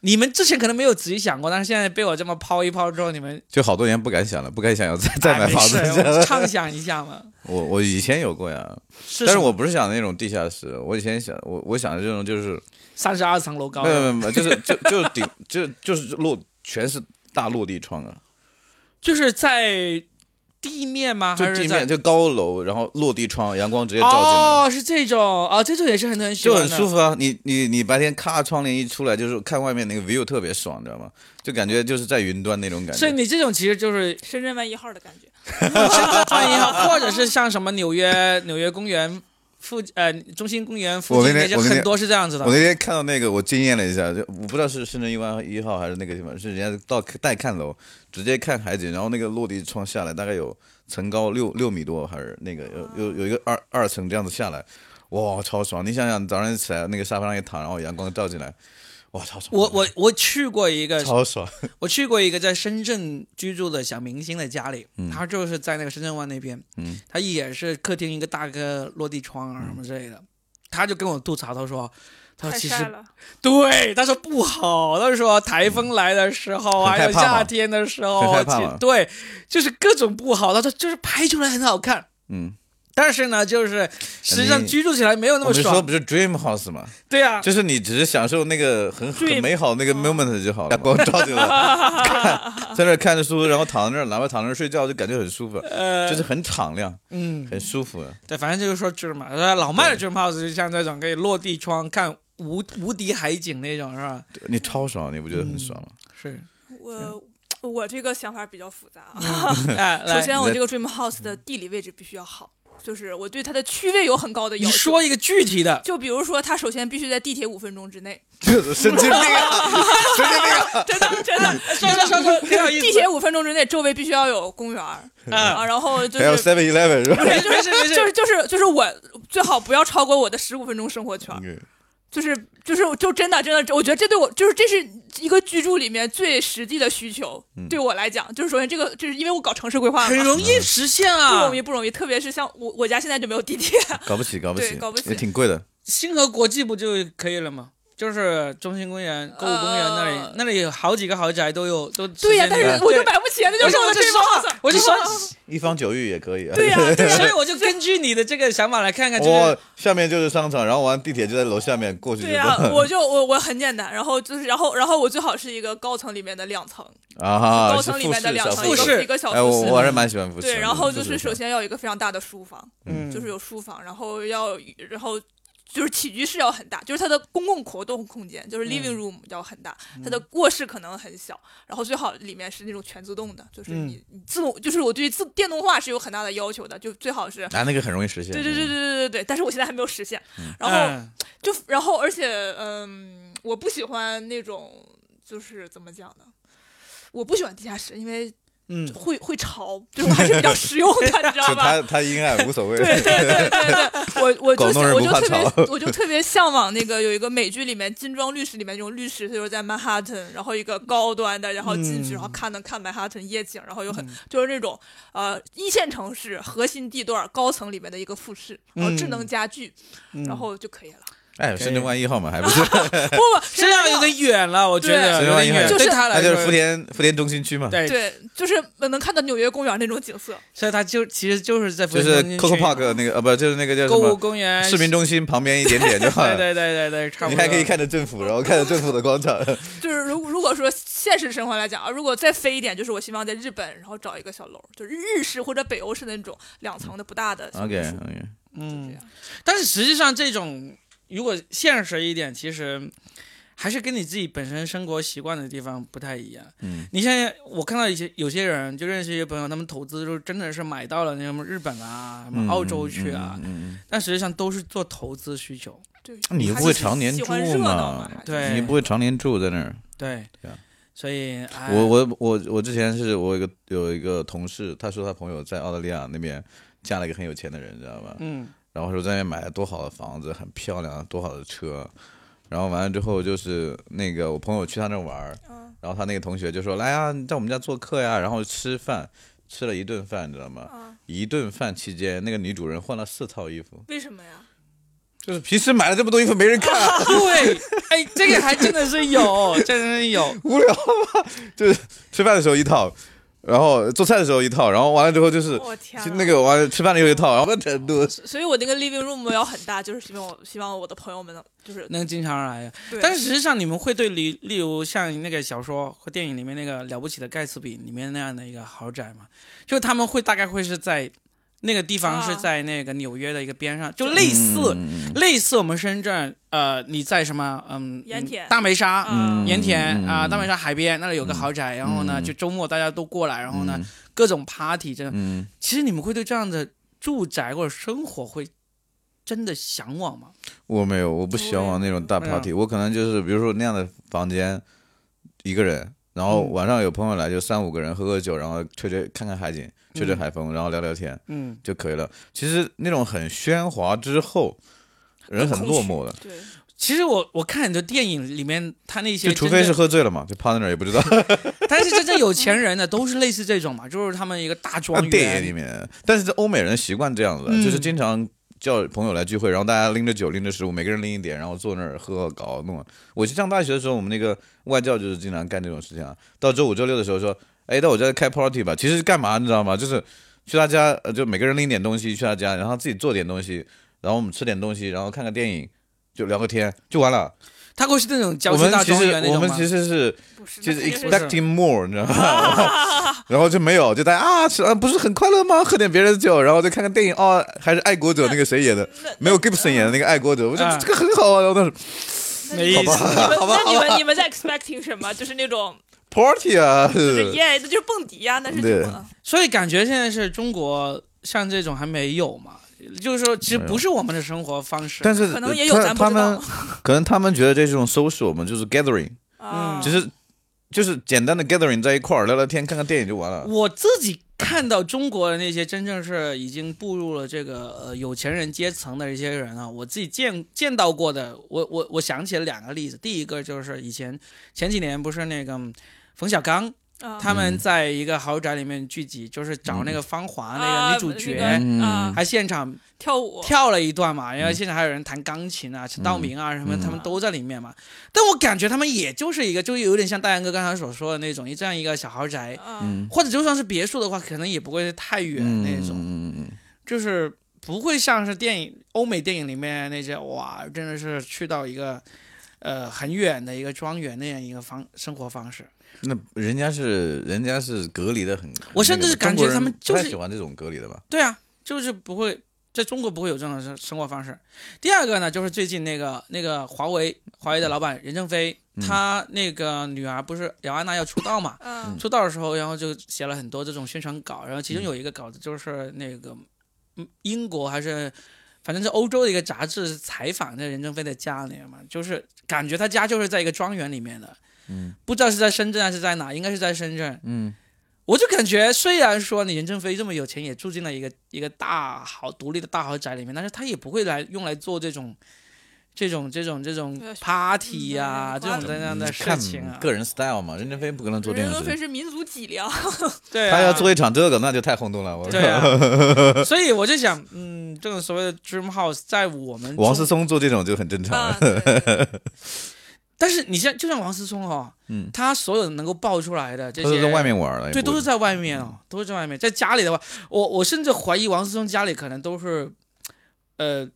Speaker 1: 你们之前可能没有仔细想过，但是现在被我这么抛一抛之后，你们
Speaker 2: 就好多年不敢想了，不敢想要再再买
Speaker 1: 哎没
Speaker 2: 房
Speaker 1: 事
Speaker 2: 子。
Speaker 1: 我们畅想一下嘛。
Speaker 2: 我我以前有过呀，
Speaker 1: 是
Speaker 2: 但是我不是想那种地下室，我以前想我我想的这种就是
Speaker 1: 三十二层楼高
Speaker 2: 没有没有，没有，就是就就顶就就是落全是大落地窗啊，
Speaker 1: 就是在地面吗？还
Speaker 2: 就是地
Speaker 1: 在
Speaker 2: 面就高楼，然后落地窗，阳光直接照进来。
Speaker 1: 哦，是这种啊、这种也是很多人喜
Speaker 2: 就
Speaker 1: 欢
Speaker 2: 很
Speaker 1: 的，
Speaker 2: 舒服啊！你你你白天咔窗帘一出来，就是看外面那个 view 特别爽，你知道吗？就感觉就是在云端那种感
Speaker 1: 所以
Speaker 2: 觉。
Speaker 1: 你这种其实就是
Speaker 3: 深圳湾一号的感觉，
Speaker 1: 欢迎， 或者是像什么纽约纽约公园附呃中心公园附
Speaker 2: 我
Speaker 1: 近
Speaker 2: 那
Speaker 1: 那
Speaker 2: 天
Speaker 1: 些
Speaker 2: 我那天
Speaker 1: 很多是这样子的
Speaker 2: 我。那天看到那个，我惊艳了一下，就我不知道是深圳一湾一号还是那个地方，是人家到带看楼，直接看海景，然后那个落地窗下来，大概有层高六六米多，还是那个有有有一个二二层这样子下来，哇，超爽！你想想，早上起来那个沙发上一躺，然后阳光照进来，哇，超爽！
Speaker 1: 我我我去过一个，
Speaker 2: 超爽，
Speaker 1: 我去过一个在深圳居住的小明星的家里，他就是在那个深圳湾那边，
Speaker 2: 嗯
Speaker 1: 他也是客厅一个大个落地窗啊什么之类的，他就跟我吐槽，他说，他说
Speaker 3: 太
Speaker 1: 啊其
Speaker 3: 晒
Speaker 1: 实
Speaker 3: 了，
Speaker 1: 对，他说不好，他说台风来的时候，
Speaker 2: 很
Speaker 1: 还有
Speaker 2: 害怕嘛
Speaker 1: 夏天的时候
Speaker 2: 很害，怕
Speaker 1: 其
Speaker 2: 嘛
Speaker 1: 对，就是各种不好，他说就是拍出来很好看，
Speaker 2: 嗯，
Speaker 1: 但是呢，就是实际上居住起来没有那
Speaker 2: 我
Speaker 1: 么
Speaker 2: 们说
Speaker 1: 爽
Speaker 2: 不。是 dream house 吗？
Speaker 1: 对啊，
Speaker 2: 就是你只是享受那个很很
Speaker 1: Dream 啊
Speaker 2: 美好那个 moment 就好了嘛，光 照进来，看在那儿看着书，然后躺在那儿，哪怕躺在那儿睡觉，就感觉很舒服，
Speaker 1: 呃，
Speaker 2: 就是很敞亮，
Speaker 1: 嗯，
Speaker 2: 很舒服。
Speaker 1: 对，反正就是说 dream 嘛，呃老麦的 dream house 就像这种可以落地窗看无无敌海景那种，是吧？
Speaker 2: 你超爽，你不觉得很爽吗？
Speaker 1: 是，
Speaker 3: 我我这个想法比较复杂啊。
Speaker 1: 哎，
Speaker 3: 首
Speaker 1: 来，
Speaker 2: 嗯
Speaker 3: 先，
Speaker 2: 你
Speaker 3: 我
Speaker 2: 在
Speaker 3: 这个 dream house 的地理位置必须要好，就是我对它的区位有很高的
Speaker 1: 你
Speaker 3: 要求。
Speaker 1: 说一个具体 的，
Speaker 3: 就比如说，它首先必须在地铁五分钟之内，
Speaker 2: 神经病 啊！神经病啊！
Speaker 3: 真的真的，
Speaker 1: 说说说说，挺有意思。
Speaker 3: 地铁五分钟之内周围必须要有公园儿
Speaker 1: 啊，
Speaker 3: 啊，然后就
Speaker 2: 还有
Speaker 3: 是
Speaker 2: Seven Eleven 是吧？
Speaker 1: 没事没事没事，
Speaker 3: 就是就是就是我最好不要超过我的十五分钟生活圈儿，
Speaker 2: 嗯
Speaker 3: 就是就是就真的真的，我觉得这对我就是这是一个居住里面最实际的需求，
Speaker 2: 嗯
Speaker 3: 对我来讲，就是首先这个就是因为我搞城市规划
Speaker 1: 很
Speaker 3: 嘛。
Speaker 1: 容易实现
Speaker 3: 不
Speaker 1: 啊
Speaker 3: 容易，。不容易，特别是像我，我家现在就没有地 铁，
Speaker 2: 搞不起，搞不起，
Speaker 3: 对搞不起
Speaker 2: 也挺贵的。
Speaker 1: 星河国际不就可以了吗？就是中心公园、购物公园那里，
Speaker 3: 呃
Speaker 1: 那里有好几个豪宅都有，都
Speaker 3: 对呀、但
Speaker 2: 对
Speaker 3: 是我就买不起啊，那
Speaker 1: 我
Speaker 3: 就是我的
Speaker 1: 就
Speaker 3: dream
Speaker 1: 说
Speaker 3: house，
Speaker 1: 我就说，
Speaker 2: 一方九域也可以啊。
Speaker 3: 对呀、对呀、
Speaker 1: 所以我就根据你的这个想法来看看，就是
Speaker 2: 我下面就是商场，然后完地铁就在楼下面过去就
Speaker 3: 对啊
Speaker 2: 到
Speaker 3: 呀、
Speaker 2: 了。
Speaker 3: 我就我我很简单，然后就是然后然后我最好是一个高层里面的两层，
Speaker 2: 啊，
Speaker 3: 高
Speaker 2: 是
Speaker 3: 层里
Speaker 2: 复
Speaker 3: 面的
Speaker 2: 式
Speaker 3: 两
Speaker 2: 小
Speaker 3: 层，
Speaker 2: 复
Speaker 3: 一
Speaker 2: 式
Speaker 3: 个一个小
Speaker 2: 哎，我
Speaker 3: 复式
Speaker 2: 我还是蛮喜欢复式的。
Speaker 3: 对，然后就
Speaker 2: 复
Speaker 3: 是
Speaker 2: 式
Speaker 3: 首先要有一个非常大的书房，
Speaker 1: 嗯，
Speaker 3: 就是有书房，然后要然后就是起居室要很大，就是它的公共活动空间，
Speaker 2: 嗯
Speaker 3: 就是 living room 要很大，它的卧室可能很小，然后最好里面是那种全自动的，就是你
Speaker 2: 嗯
Speaker 3: 你自动，就是我对自电动化是有很大的要求的，就最好是。
Speaker 2: 啊，那个很容易实现。
Speaker 3: 对对对对对对对，但是我现在还没有实现。然后
Speaker 1: 嗯
Speaker 3: 就然后，而且嗯，我不喜欢那种就是怎么讲呢？我不喜欢地下室，因为
Speaker 1: 嗯，
Speaker 3: 会会潮，就是我还是比较实用的，你知
Speaker 2: 就
Speaker 3: 道吧？
Speaker 2: 他他阴暗无所谓。
Speaker 3: 对对对对对，我我就
Speaker 2: 广东人
Speaker 3: 我就
Speaker 2: 不怕
Speaker 3: 特
Speaker 2: 吵
Speaker 3: 别我就特别向往那个有一个美剧里面《金装律师》里面那种律师，他就是在曼哈顿，然后一个高端的，然后进去，然后看能看曼哈顿夜景，然后又很、就是那种呃一线城市核心地段高层里面的一个复式，然后智能家居，
Speaker 1: 嗯
Speaker 3: 然后就可以了。
Speaker 2: 哎，深圳湾一号嘛，还不是，
Speaker 3: 不不，
Speaker 1: 这样有点远了，我觉得
Speaker 2: 对
Speaker 1: 有点远，
Speaker 2: 就是
Speaker 1: 对他
Speaker 2: 那
Speaker 1: 来
Speaker 2: 就
Speaker 1: 说
Speaker 2: 是福田福田中心区嘛，
Speaker 1: 对，
Speaker 3: 对，就是能看到纽约公园那种景色。
Speaker 1: 所以他就其实就是在福
Speaker 2: 就
Speaker 1: 田
Speaker 2: 是
Speaker 1: 中心
Speaker 2: Coco
Speaker 1: 区
Speaker 2: Park 那个呃，不就是那个叫什
Speaker 1: 购物
Speaker 2: 么
Speaker 1: 公园
Speaker 2: 市民中心旁边一点点就好
Speaker 1: 对
Speaker 2: 了。
Speaker 1: 对对对对，差不多。
Speaker 2: 你还可以看着政府，然后看着政府的广 场。
Speaker 3: 就是如如果说现实生活来讲啊，如果再飞一点，就是我希望在日本，然后找一个小楼，就是日式或者北欧式的那种两层的不大的小
Speaker 2: OK
Speaker 3: 别墅
Speaker 2: OK，
Speaker 3: 就这
Speaker 1: 嗯
Speaker 3: 样，
Speaker 1: 但是实际上这种如果现实一点，其实还是跟你自己本身生活习惯的地方不太一样。
Speaker 2: 嗯，
Speaker 1: 你现在我看到一些有些人就认识一些朋友，他们投资就是真的是买到了那什么日本啊、什么澳洲去啊，
Speaker 2: 嗯。嗯嗯嗯嗯
Speaker 1: 但实际上都是做投资需求。
Speaker 3: 对，
Speaker 2: 你
Speaker 3: 还
Speaker 2: 不会
Speaker 3: 是
Speaker 2: 常年
Speaker 3: 喜欢
Speaker 2: 住
Speaker 3: 热闹
Speaker 2: 嘛
Speaker 3: 嘛？还是
Speaker 1: 对
Speaker 2: 你不会常年住在那儿。
Speaker 1: 对，
Speaker 2: 对啊
Speaker 1: 所以哎
Speaker 2: 我我我我之前是我有一个有一个同事，他说他朋友在澳大利亚那边嫁了一个很有钱的人，你知道吧？
Speaker 1: 嗯
Speaker 2: 然后说在那边买了多好的房子，很漂亮，多好的车。然后完了之后，就是那个我朋友去他那儿玩儿，
Speaker 1: 哦
Speaker 2: 然后他那个同学就说：“来啊，你在我们家做客呀。”然后吃饭，吃了一顿饭，你知道
Speaker 1: 哦
Speaker 2: 吗？一顿饭期间，那个女主人换了四套衣服，
Speaker 3: 为什么呀？
Speaker 2: 就是平时买了这么多衣服没人看，
Speaker 1: 对，哎，这个还真的是有，真的是有，
Speaker 2: 无聊吗？ 就是吃饭的时候一套，然后呃做菜的时候一套，然后完了之后就是
Speaker 3: 我天
Speaker 2: 去
Speaker 3: 啊
Speaker 2: 那个完了吃饭的时候一套，然后程度
Speaker 3: 所以我那个 living room 要很大，就是希望我希望我的朋友们能就是
Speaker 1: 能经常来。
Speaker 3: 对，
Speaker 1: 但是实际上，你们会对例，例如像那个小说或电影里面那个《了不起的盖茨比》里面那样的一个豪宅嘛？就他们会大概会是在那个地方，
Speaker 3: 啊
Speaker 1: 是在那个纽约的一个边上，就类似、
Speaker 2: 嗯
Speaker 1: 类似我们深圳，呃，你在什么嗯，
Speaker 3: 盐田
Speaker 1: 嗯大梅沙。
Speaker 3: 啊
Speaker 1: 盐田啊、大梅沙海边那里有个豪宅，然后呢，就周末大家都过来，然后呢，各种 party，这样。
Speaker 2: 嗯，
Speaker 1: 其实你们会对这样的住宅或者生活会真的向往吗？
Speaker 2: 我没有，我不向往那种大
Speaker 1: 对
Speaker 2: party，我可能就是比如说那样的房间，一个人，然后
Speaker 1: 嗯
Speaker 2: 晚上有朋友来就三五个人喝喝酒，然后吹吹看看海景，吹吹海风，然后聊聊天
Speaker 1: 嗯，
Speaker 2: 就可以了。其实那种很喧哗之后，人很落寞的，
Speaker 3: 对，
Speaker 1: 其实我我看很多电影里面，他那些
Speaker 2: 就除
Speaker 1: 真
Speaker 2: 非是
Speaker 1: 正
Speaker 2: 喝醉了嘛，就趴在那儿也不知道。
Speaker 1: 但是真正有钱人的都是类似这种嘛， 就是他们一个大庄园，
Speaker 2: 啊电影里面，但是这欧美人习惯这样子，
Speaker 1: 嗯
Speaker 2: 就是经常叫朋友来聚会，然后大家拎着酒，拎着食物，每个人拎一点，然后坐那儿喝搞弄。我去上大学的时候，我们那个外教就是经常干这种事情啊。到周五、周六的时候说，哎，到我这开 party 吧。其实干嘛你知道吗？就是去他家，呃，就每个人拎点东西去他家，然后自己做点东西，然后我们吃点东西，然后看个电影，就聊个天就完了。
Speaker 1: 他过去那种郊
Speaker 2: 我
Speaker 1: 区
Speaker 2: 们
Speaker 1: 大
Speaker 2: 其
Speaker 1: 庄
Speaker 2: 实
Speaker 1: 园那
Speaker 2: 我
Speaker 1: 种
Speaker 2: 们
Speaker 1: 吗
Speaker 2: 其？实是
Speaker 3: 不是，
Speaker 2: 就是
Speaker 1: 是那肯定
Speaker 2: expecting more，你知道吗？ 然后就没有，就大家啊吃啊不是很快乐吗？喝点别人的酒，然后再看看电影哦，还是爱国者那个谁 演的，没有 Gibson 演的那个爱国者，我觉
Speaker 1: 啊
Speaker 2: 得这个很好啊。然后当时
Speaker 1: 没意思。
Speaker 3: 你们
Speaker 2: 好吧
Speaker 3: 那你
Speaker 2: 好吧
Speaker 3: 们你们在 expecting 什么？就是那种
Speaker 2: party 啊，
Speaker 3: 就是耶，那就是蹦迪呀，那是
Speaker 2: 对
Speaker 3: 什么？
Speaker 1: 所以感觉现在是中国像这种还没有嘛，就是说其实不是我们的生活方式。
Speaker 2: 但是
Speaker 3: 可能
Speaker 2: 呃
Speaker 3: 也有
Speaker 2: 他
Speaker 3: 咱不
Speaker 2: 他
Speaker 3: 知道
Speaker 2: 们可能他们觉得这种 social 嘛，就是 gathering，
Speaker 1: 嗯
Speaker 3: 啊，
Speaker 2: 其实就是简单的 gathering 在一块儿聊聊天、看看电影就完了。
Speaker 1: 我自己看到中国的那些真正是已经步入了这个呃有钱人阶层的一些人啊，我自己见见到过的，我我我想起了两个例子。第一个就是以前前几年不是那个嗯冯小刚
Speaker 3: 啊
Speaker 1: 他们在一个豪宅里面聚集，就是找那个芳华那个女主角。
Speaker 3: 啊那
Speaker 2: 嗯
Speaker 3: 个啊
Speaker 1: 还现场
Speaker 3: 跳舞，
Speaker 1: 跳了一段嘛，然后现场还有人弹钢琴
Speaker 2: 嗯
Speaker 1: 啊，陈道明啊什么，他们都在里面嘛。但我感觉他们也就是一个，就有点像大杨哥刚才所说的那种，一这样一个小豪宅，
Speaker 3: 嗯，
Speaker 2: 嗯
Speaker 1: 或者就算是别墅的话，可能也不会太远那种，
Speaker 2: 嗯嗯
Speaker 1: 就是不会像是电影欧美电影里面那些哇，真的是去到一个呃很远的一个庄园那样一个方生活方式。
Speaker 2: 嗯，那人家是人家是隔离的很，
Speaker 1: 我甚至
Speaker 2: 那个
Speaker 1: 感觉
Speaker 2: 中国人
Speaker 1: 他们就是
Speaker 2: 不太喜欢这种隔离的吧？
Speaker 1: 对啊，就是不会在中国不会有这种生生活方式。第二个呢，就是最近那个那个华为华为的老板任正非，他那个女儿不是姚安娜要出道嘛？
Speaker 3: 嗯
Speaker 1: 出道的时候，然后就写了很多这种宣传稿，然后其
Speaker 2: 嗯
Speaker 1: 中有一个稿子就是那个嗯英国还是。反正是欧洲的一个杂志采访那任正非的家里面嘛，就是感觉他家就是在一个庄园里面的，
Speaker 2: 嗯，
Speaker 1: 不知道是在深圳还是在哪，应该是在深圳，
Speaker 2: 嗯
Speaker 1: 我就感觉，虽然说你任正非这么有钱，也住进了一个一个大豪独立的大豪宅里面，但是他也不会来用来做这种这种这种这种
Speaker 3: 对
Speaker 1: party 呀、
Speaker 3: 嗯
Speaker 1: 这种这样的事
Speaker 2: 看
Speaker 1: 情啊。
Speaker 2: 个人 style 嘛，任正非不可能做这
Speaker 3: 任
Speaker 2: 种
Speaker 3: 正非
Speaker 2: 事，
Speaker 3: 是民族脊梁，
Speaker 1: 对、啊，
Speaker 2: 他要做一场这个，那就太轰动了。我
Speaker 1: 对啊，所以我就想，嗯，这种所谓的 dream house 在我们
Speaker 2: 王思
Speaker 1: 中，
Speaker 2: 聪做这种就很正
Speaker 1: 嗯
Speaker 2: 常
Speaker 3: 啊
Speaker 2: 了。，
Speaker 3: 对对对
Speaker 1: 但是你像就像王思聪哦，
Speaker 2: 嗯，
Speaker 1: 他所有能够爆出来的这
Speaker 2: 他
Speaker 1: 些
Speaker 2: 都在外面玩了，
Speaker 1: 对，都是在外面
Speaker 2: 嗯
Speaker 1: 哦，都是在外面。在家里的话，我我甚至怀疑王思聪家里可能都是，呃，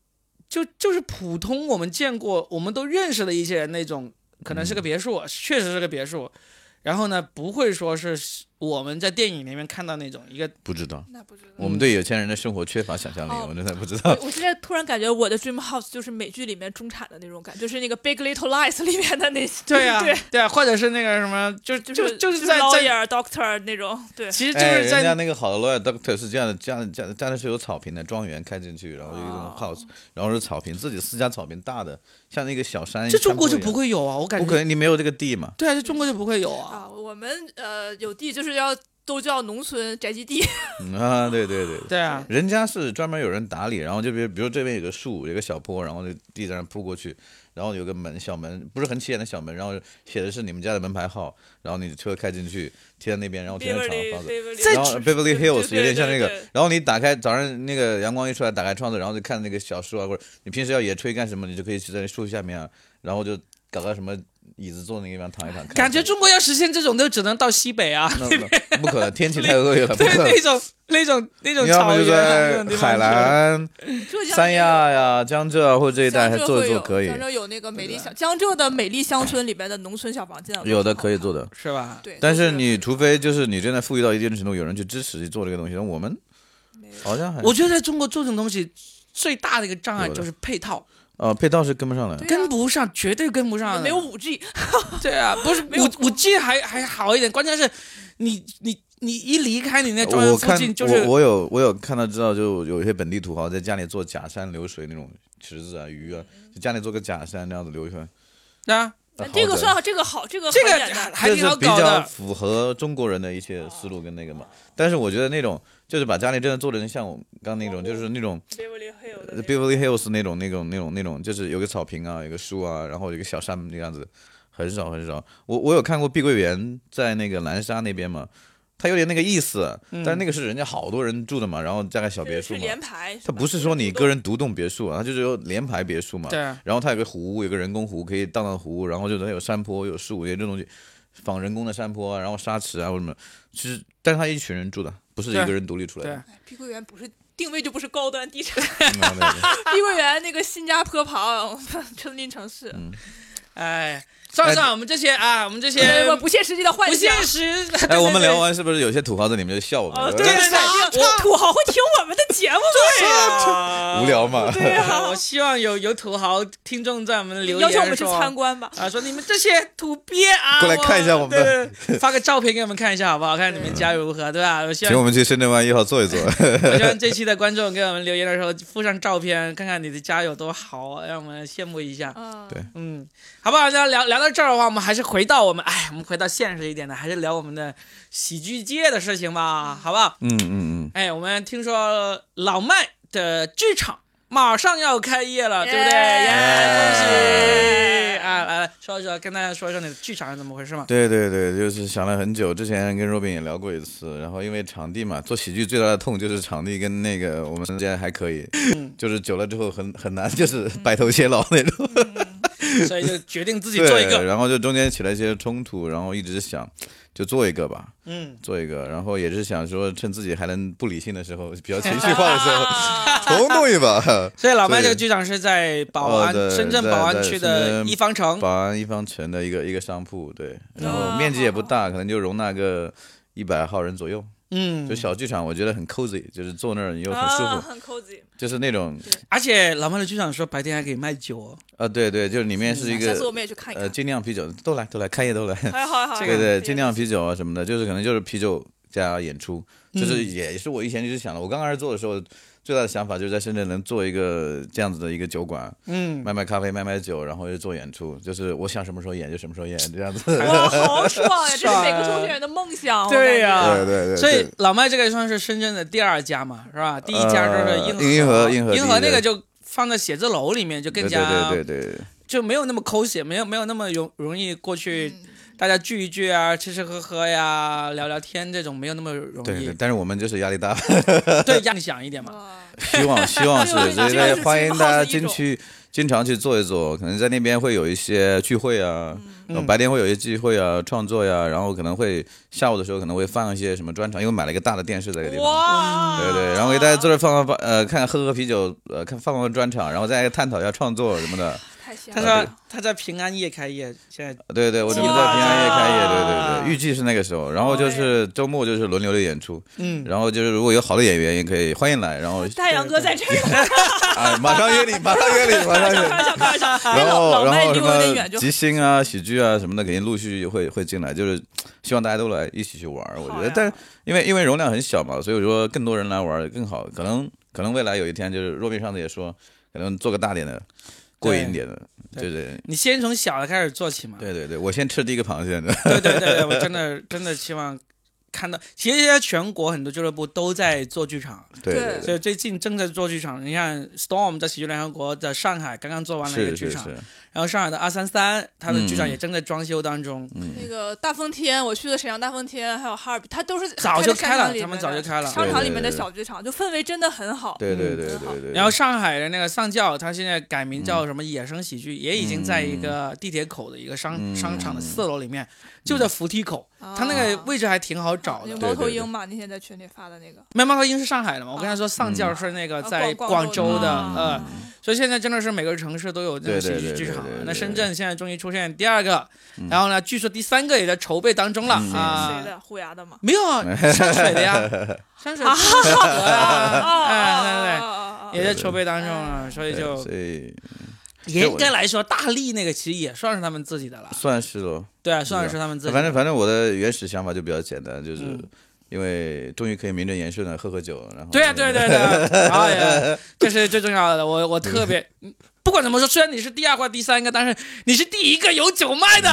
Speaker 1: 就就是普通我们见过、我们都认识的一些人那种，可能是
Speaker 2: 嗯
Speaker 1: 个别墅，确实是个别墅。然后呢，不会说是我们在电影里面看到那种一个
Speaker 2: 不知道。
Speaker 3: 那不知道。
Speaker 1: 嗯
Speaker 2: 我们对有钱人的生活缺乏想象力，
Speaker 3: 哦
Speaker 2: 我真的不知 道
Speaker 3: 我。我现在突然感觉我的 dream house 就是美剧里面中产的那种感，就是那个 Big Little Lies 里面的那些，
Speaker 1: 对啊，
Speaker 3: 对，
Speaker 1: 啊，或者是那个什么，就就
Speaker 3: 就是
Speaker 1: 就是在在，
Speaker 3: lawyer doctor 那种，对，
Speaker 1: 其实就
Speaker 2: 哎，
Speaker 1: 是
Speaker 2: 人家
Speaker 1: 在
Speaker 2: 那个好的 lawyer doctor 是这样的，这样这样这样的是有草坪的庄园开进去，然后有一种
Speaker 3: 哦
Speaker 2: house，、然后是草坪，自己私家草坪大的，像那个小山。
Speaker 1: 这中国就
Speaker 2: 山坡
Speaker 1: 不
Speaker 2: 一样，
Speaker 1: 会有啊，我感
Speaker 2: 不可
Speaker 1: 觉。
Speaker 2: 能，你没有这个地嘛。
Speaker 1: 对啊，这中国就不会有啊。
Speaker 3: 啊，我们呃有地就是要都叫农村宅基地，
Speaker 2: 嗯啊，对对对。
Speaker 1: 对啊，
Speaker 2: 人家是专门有人打理，然后就比如比如这边有个树，有个小坡，然后就地在那铺过去，然后有个门小门，不是很起眼的小门，然后写的是你们家的门牌号，然后你车开进去贴在那边，然后贴在厂房子，
Speaker 1: 在
Speaker 2: 然后 Beverly
Speaker 3: 对对
Speaker 2: Hills 有点像那个
Speaker 3: 对对对，
Speaker 2: 然后你打开早上那个阳光一出来，打开窗子，然后就看那个小树啊，或者你平时要野炊干什么，你就可以去在树下面啊，然后就搞个什么椅子坐那个地方躺一躺，看
Speaker 1: 感觉
Speaker 2: 看
Speaker 1: 中国要实现这种，就只能到西北啊。
Speaker 2: 那那不可能，天气太恶劣了，不
Speaker 1: 对，
Speaker 2: 可能
Speaker 1: 那。种那种那种
Speaker 2: 你要
Speaker 1: 草
Speaker 2: 么就
Speaker 1: 原啊那
Speaker 2: 在
Speaker 1: 种地方
Speaker 2: 海南、
Speaker 3: 浙 江
Speaker 2: 三亚呀、江浙啊或者这一带
Speaker 3: 江
Speaker 2: 还
Speaker 3: 浙
Speaker 2: 做
Speaker 3: 会
Speaker 2: 一做
Speaker 3: 有，
Speaker 2: 可以
Speaker 3: 江，浙有那个美丽小江浙的美丽乡村里边的农村小房间，
Speaker 2: 有的可以做的。
Speaker 1: 是吧？
Speaker 3: 对，
Speaker 2: 但
Speaker 3: 都
Speaker 2: 是你除非就是你真的富裕到一定程度，有人去支持你做这个东西，那我们
Speaker 3: 没有
Speaker 2: 好像还
Speaker 1: 我觉得在中国做这种东西最大的一个障碍
Speaker 2: 有的
Speaker 1: 就是配套
Speaker 2: 呃配套是跟不上的
Speaker 3: 对。啊
Speaker 1: 跟不上，绝对跟不上的。
Speaker 3: 没有五 G，
Speaker 1: 对啊，不是
Speaker 3: 没有
Speaker 1: 五五 G 还还好一点，关键是你你你一离开你那庄园
Speaker 2: 我
Speaker 1: 附
Speaker 2: 看
Speaker 1: 近就是
Speaker 2: 我我有我有看到知道，就有一些本地土豪在家里做假山流水那种池子啊鱼啊，就家里做个假山这样子流一圈。
Speaker 1: 啊，
Speaker 2: 那
Speaker 3: 嗯这个
Speaker 2: 豪宅
Speaker 3: 算好，这个好，这个
Speaker 1: 这
Speaker 3: 好简
Speaker 1: 个
Speaker 3: 单
Speaker 1: 还还
Speaker 2: 这
Speaker 1: 挺
Speaker 2: 是
Speaker 1: 好
Speaker 2: 比
Speaker 1: 搞
Speaker 2: 较
Speaker 1: 的。
Speaker 2: 符合中国人的一些思路跟那个嘛。但是我觉得那种就是把家里真的做成像我刚那种，就是那种 Beverly Hills 那种那种那种那种，就是有个草坪啊，有个树啊，然后有个小山这样子，很少很少。我我有看过碧桂园在那个南沙那边嘛，它有点那个意思，
Speaker 1: 嗯
Speaker 2: 但那个是人家好多人住的嘛，然后加个小别墅
Speaker 3: 是
Speaker 2: 嘛。
Speaker 3: 联排，
Speaker 2: 它不是说你个人独栋别墅啊，它就是有联排别墅嘛。
Speaker 1: 对啊
Speaker 2: 然后它有个湖，有个人工湖，可以荡荡湖，然后就能有山坡、有树，有这种东西，仿人工的山坡啊，然后沙池啊或者什么，其实但是他一群人住的，不是一
Speaker 1: 对
Speaker 2: 个人独立出来
Speaker 1: 对
Speaker 2: 的。，
Speaker 3: 哎碧桂园不是定位就不是高端地 产，
Speaker 2: 嗯对对对
Speaker 3: 碧桂园那个新加坡 旁森林城市，
Speaker 2: 嗯
Speaker 1: 哎，算了算了，我们这些啊，我们这些
Speaker 3: 呃我不切实际的幻
Speaker 1: 不
Speaker 3: 想
Speaker 1: 现。实。
Speaker 2: 哎，我们聊完是不是有些土豪在里面就笑我
Speaker 1: 啊
Speaker 2: 们？
Speaker 1: 对对
Speaker 3: 肯定
Speaker 1: 我
Speaker 3: 土豪会听我们的节目吗？
Speaker 1: 对呀
Speaker 2: 无。聊嘛。
Speaker 1: 啊对呀，我希望有有土豪听众在我们的留言
Speaker 3: 要求我们去
Speaker 1: 说
Speaker 3: 参观吧。
Speaker 1: 啊，说你们这些土鳖啊，
Speaker 2: 过来看一下我们的
Speaker 1: 对 对对发个照片给我们看一下好不好？看你们家如何，对 吧？我希
Speaker 2: 请我
Speaker 1: 望
Speaker 2: 们去深圳湾一号坐一 坐。
Speaker 1: 我希望这期的观众给我们留言的时候附上照片，看看你的家有多好，让我们羡慕一下。
Speaker 3: 嗯，
Speaker 2: 对
Speaker 1: 嗯，好不好？那聊聊到这儿的话，我们还是回到我们，哎，我们回到现实一点的，还是聊我们的喜剧界的事情吧，好不好？
Speaker 2: 嗯嗯
Speaker 1: 哎，我们听说老麦的剧场马上要开业了，对不对？
Speaker 3: 耶
Speaker 2: 哎
Speaker 1: 耶，恭喜！啊，来来说一说，跟大家说一说你的剧场是怎么回事嘛
Speaker 2: 嗯，？对对对，就是想了很久，之前跟 Robin 也聊过一次，然后因为场地嘛，做喜剧最大的痛就是场地跟那个我们之间还可以，
Speaker 1: 嗯
Speaker 2: 就是久了之后很很难， 就是白头偕老那种。
Speaker 1: 所以就决定自己
Speaker 2: 对，
Speaker 1: 做一个，
Speaker 2: 然后就中间起了一些冲突，然后一直想就做一个吧，
Speaker 1: 嗯，
Speaker 2: 做一个，然后也是想说趁自己还能不理性的时候，比较情绪化的时 候，冲动一把。
Speaker 1: 所以老麦这个
Speaker 2: 对
Speaker 1: 剧场是在宝安，
Speaker 2: 哦对
Speaker 1: 深圳宝安区
Speaker 2: 在在
Speaker 1: 的
Speaker 2: 深圳
Speaker 1: 一方城
Speaker 2: 保。安一方城的一个一个商铺，对，然后面积也不大，可能就容纳个一百号人左右，
Speaker 1: 嗯
Speaker 2: 就，小剧场，我觉得很 cozy，就是坐那儿你又很舒
Speaker 3: 啊，
Speaker 2: 服，
Speaker 3: 很 cozy。
Speaker 2: 就是那种
Speaker 1: 而且老麦的剧场说白天还可以卖酒哦，
Speaker 2: 啊，对对，就是里面是一
Speaker 3: 下次我
Speaker 2: 个
Speaker 3: 们也去看一
Speaker 2: 呃
Speaker 3: 看。
Speaker 2: 精酿啤酒，都来都来，开业都来，
Speaker 3: 哎，好好，好
Speaker 2: 对对，
Speaker 3: 可以
Speaker 2: 精酿啤酒啊什么的，就是可能就是啤酒加演出，就是也是我以前一直想的。我刚开始做的时候，最大的想法就是在深圳能做一个这样子的一个酒馆，
Speaker 1: 嗯，
Speaker 2: 卖卖咖啡，卖卖酒，然后就做演出，就是我想什么时候演就什么时候演这样子。
Speaker 3: 哇，好爽呀！
Speaker 1: 爽
Speaker 3: 这是
Speaker 1: 啊
Speaker 3: 每个同学人的梦想。我
Speaker 1: 对呀、
Speaker 3: 感觉
Speaker 2: 对对对
Speaker 1: 啊所以
Speaker 2: 对
Speaker 1: 老麦这个算是深圳的第二家嘛，是吧？第一家就是
Speaker 2: 呃
Speaker 1: 银
Speaker 2: 银
Speaker 1: 河，
Speaker 2: 河银河第一
Speaker 1: 那
Speaker 2: 家
Speaker 1: 个就放在写字楼里面，就更
Speaker 2: 对
Speaker 1: 加
Speaker 2: 对对对对，
Speaker 1: 就没有那么抠血，没有没有那么容容易过去，大家聚一聚啊，吃吃喝喝呀，聊聊天这种没有那么容易。
Speaker 2: 对对，但是我们就是压力大，
Speaker 1: 对让你想一点嘛。
Speaker 3: 哇
Speaker 2: 希望希望是，
Speaker 3: 这
Speaker 2: 所
Speaker 3: 个
Speaker 2: 以
Speaker 3: 这个
Speaker 2: 大
Speaker 3: 是
Speaker 2: 家欢迎大家
Speaker 3: 进
Speaker 2: 进
Speaker 3: 步的
Speaker 2: 去经常去坐一坐，可能在那边会有一些聚会啊，然后白天会有一些聚会啊、创作呀、然后可能会下午的时候可能会放一些什么专场，因为买了一个大的电视在这个地方。
Speaker 3: 哇！
Speaker 2: 对对，然后给大家坐着放放放，呃，看喝喝啤酒，呃，看放放专场，然后再探讨一下创作什么的。
Speaker 3: 太香
Speaker 1: 他
Speaker 3: 了。
Speaker 2: 啊
Speaker 1: 说他在平安夜开业，现在
Speaker 2: 对对，我准备在平安夜开业，
Speaker 1: 哇
Speaker 2: 对对对，预计是那个时候。然后就是周末就是轮流的演出，嗯，然后就是如果有好的演员也可以欢迎来，然后
Speaker 3: 太阳哥在这儿，
Speaker 2: 哎，马上 约你，马上约你，马上约你。然
Speaker 3: 哎老
Speaker 2: 后，
Speaker 3: 老
Speaker 2: 然
Speaker 3: 麦
Speaker 2: 后
Speaker 3: 离
Speaker 2: 什
Speaker 3: 我有点
Speaker 2: 么
Speaker 3: 远就好
Speaker 2: 即兴啊、喜剧啊什么的，肯定陆续会会进来，就是希望大家都来一起去玩儿。我觉
Speaker 3: 好呀
Speaker 2: 得，但是因为因为容量很小嘛，所以说更多人来玩儿更好。可能可能未来有一天，就是若冰上次也说，可能做个大点的，过瘾点的，对对
Speaker 1: 你先从小的开始做起嘛。
Speaker 2: 对对对，我先吃第一个螃蟹的，
Speaker 1: 对对对对，我真的真的希望看到，其实现在全国很多俱乐部都在做剧场，
Speaker 2: 对
Speaker 3: 对
Speaker 1: 所以最近正在做剧场。你看，Storm 在喜剧联合国在上海刚刚做完了一个
Speaker 2: 是
Speaker 1: 剧
Speaker 2: 是
Speaker 1: 场，
Speaker 2: 是，
Speaker 1: 然后上海的二三三，它的剧场
Speaker 2: 嗯
Speaker 1: 也正在装修当中。
Speaker 3: 那个大风天，我去的沈阳大风天，还有哈尔滨，它都是
Speaker 1: 早就
Speaker 3: 在
Speaker 1: 开了
Speaker 3: 商场里
Speaker 1: 他们
Speaker 3: 面
Speaker 1: 早
Speaker 3: 的
Speaker 1: 就开了
Speaker 3: 商场
Speaker 2: 对对
Speaker 3: 里面的
Speaker 2: 对
Speaker 3: 小剧场，就氛围真的很好。
Speaker 2: 对对
Speaker 1: 嗯
Speaker 2: 对对
Speaker 3: 很好
Speaker 2: 对嗯对。
Speaker 1: 然后上海的那个上教，它现在改名叫什么野生喜剧，也已经在一个地铁口的一个商、
Speaker 2: 嗯
Speaker 1: 商场的四楼里面，就在扶梯口，
Speaker 3: 啊
Speaker 1: 它那个位置还挺好找的
Speaker 3: 有。
Speaker 2: 对
Speaker 3: 猫头
Speaker 2: 对对
Speaker 3: 鹰嘛？那天在群里发的那个，
Speaker 1: 麦猫头鹰是上海的嘛？我跟他说上
Speaker 2: 嗯
Speaker 1: 教是那个
Speaker 3: 啊
Speaker 1: 在
Speaker 3: 广
Speaker 1: 广
Speaker 3: 州
Speaker 1: 州的，
Speaker 3: 啊
Speaker 1: 呃，所以现在真的是每个城市都有这种
Speaker 2: 对
Speaker 1: 喜
Speaker 2: 对
Speaker 1: 剧
Speaker 2: 对
Speaker 1: 剧
Speaker 2: 对
Speaker 1: 场了啊
Speaker 2: 对对。对嗯
Speaker 1: 那深圳现在终于出现第二个，然后呢，据说第三个也在筹备当中了啊
Speaker 3: 谁。的？虎牙的嘛？
Speaker 1: 没有啊，山水 的呀，山 水的呀，
Speaker 3: 哦啊
Speaker 1: 哎，对对。
Speaker 3: 啊
Speaker 1: 也在筹备当中
Speaker 3: 哎
Speaker 1: 了，所以
Speaker 2: 对
Speaker 1: 就
Speaker 2: 所以
Speaker 1: 严格来说，大力那个其实也算是他们自己的了，
Speaker 2: 算是喽，
Speaker 1: 对啊，算是他们自己的。
Speaker 2: 反正反正我的原始想法就比较简单，就是
Speaker 1: 嗯
Speaker 2: 因为终于可以名正言顺的喝喝酒，然后
Speaker 1: 对啊， 对对对啊，然后也这是最重要的。我我特别，不管怎么说，虽然你是第二或第三个，但是你是第一个有酒卖的。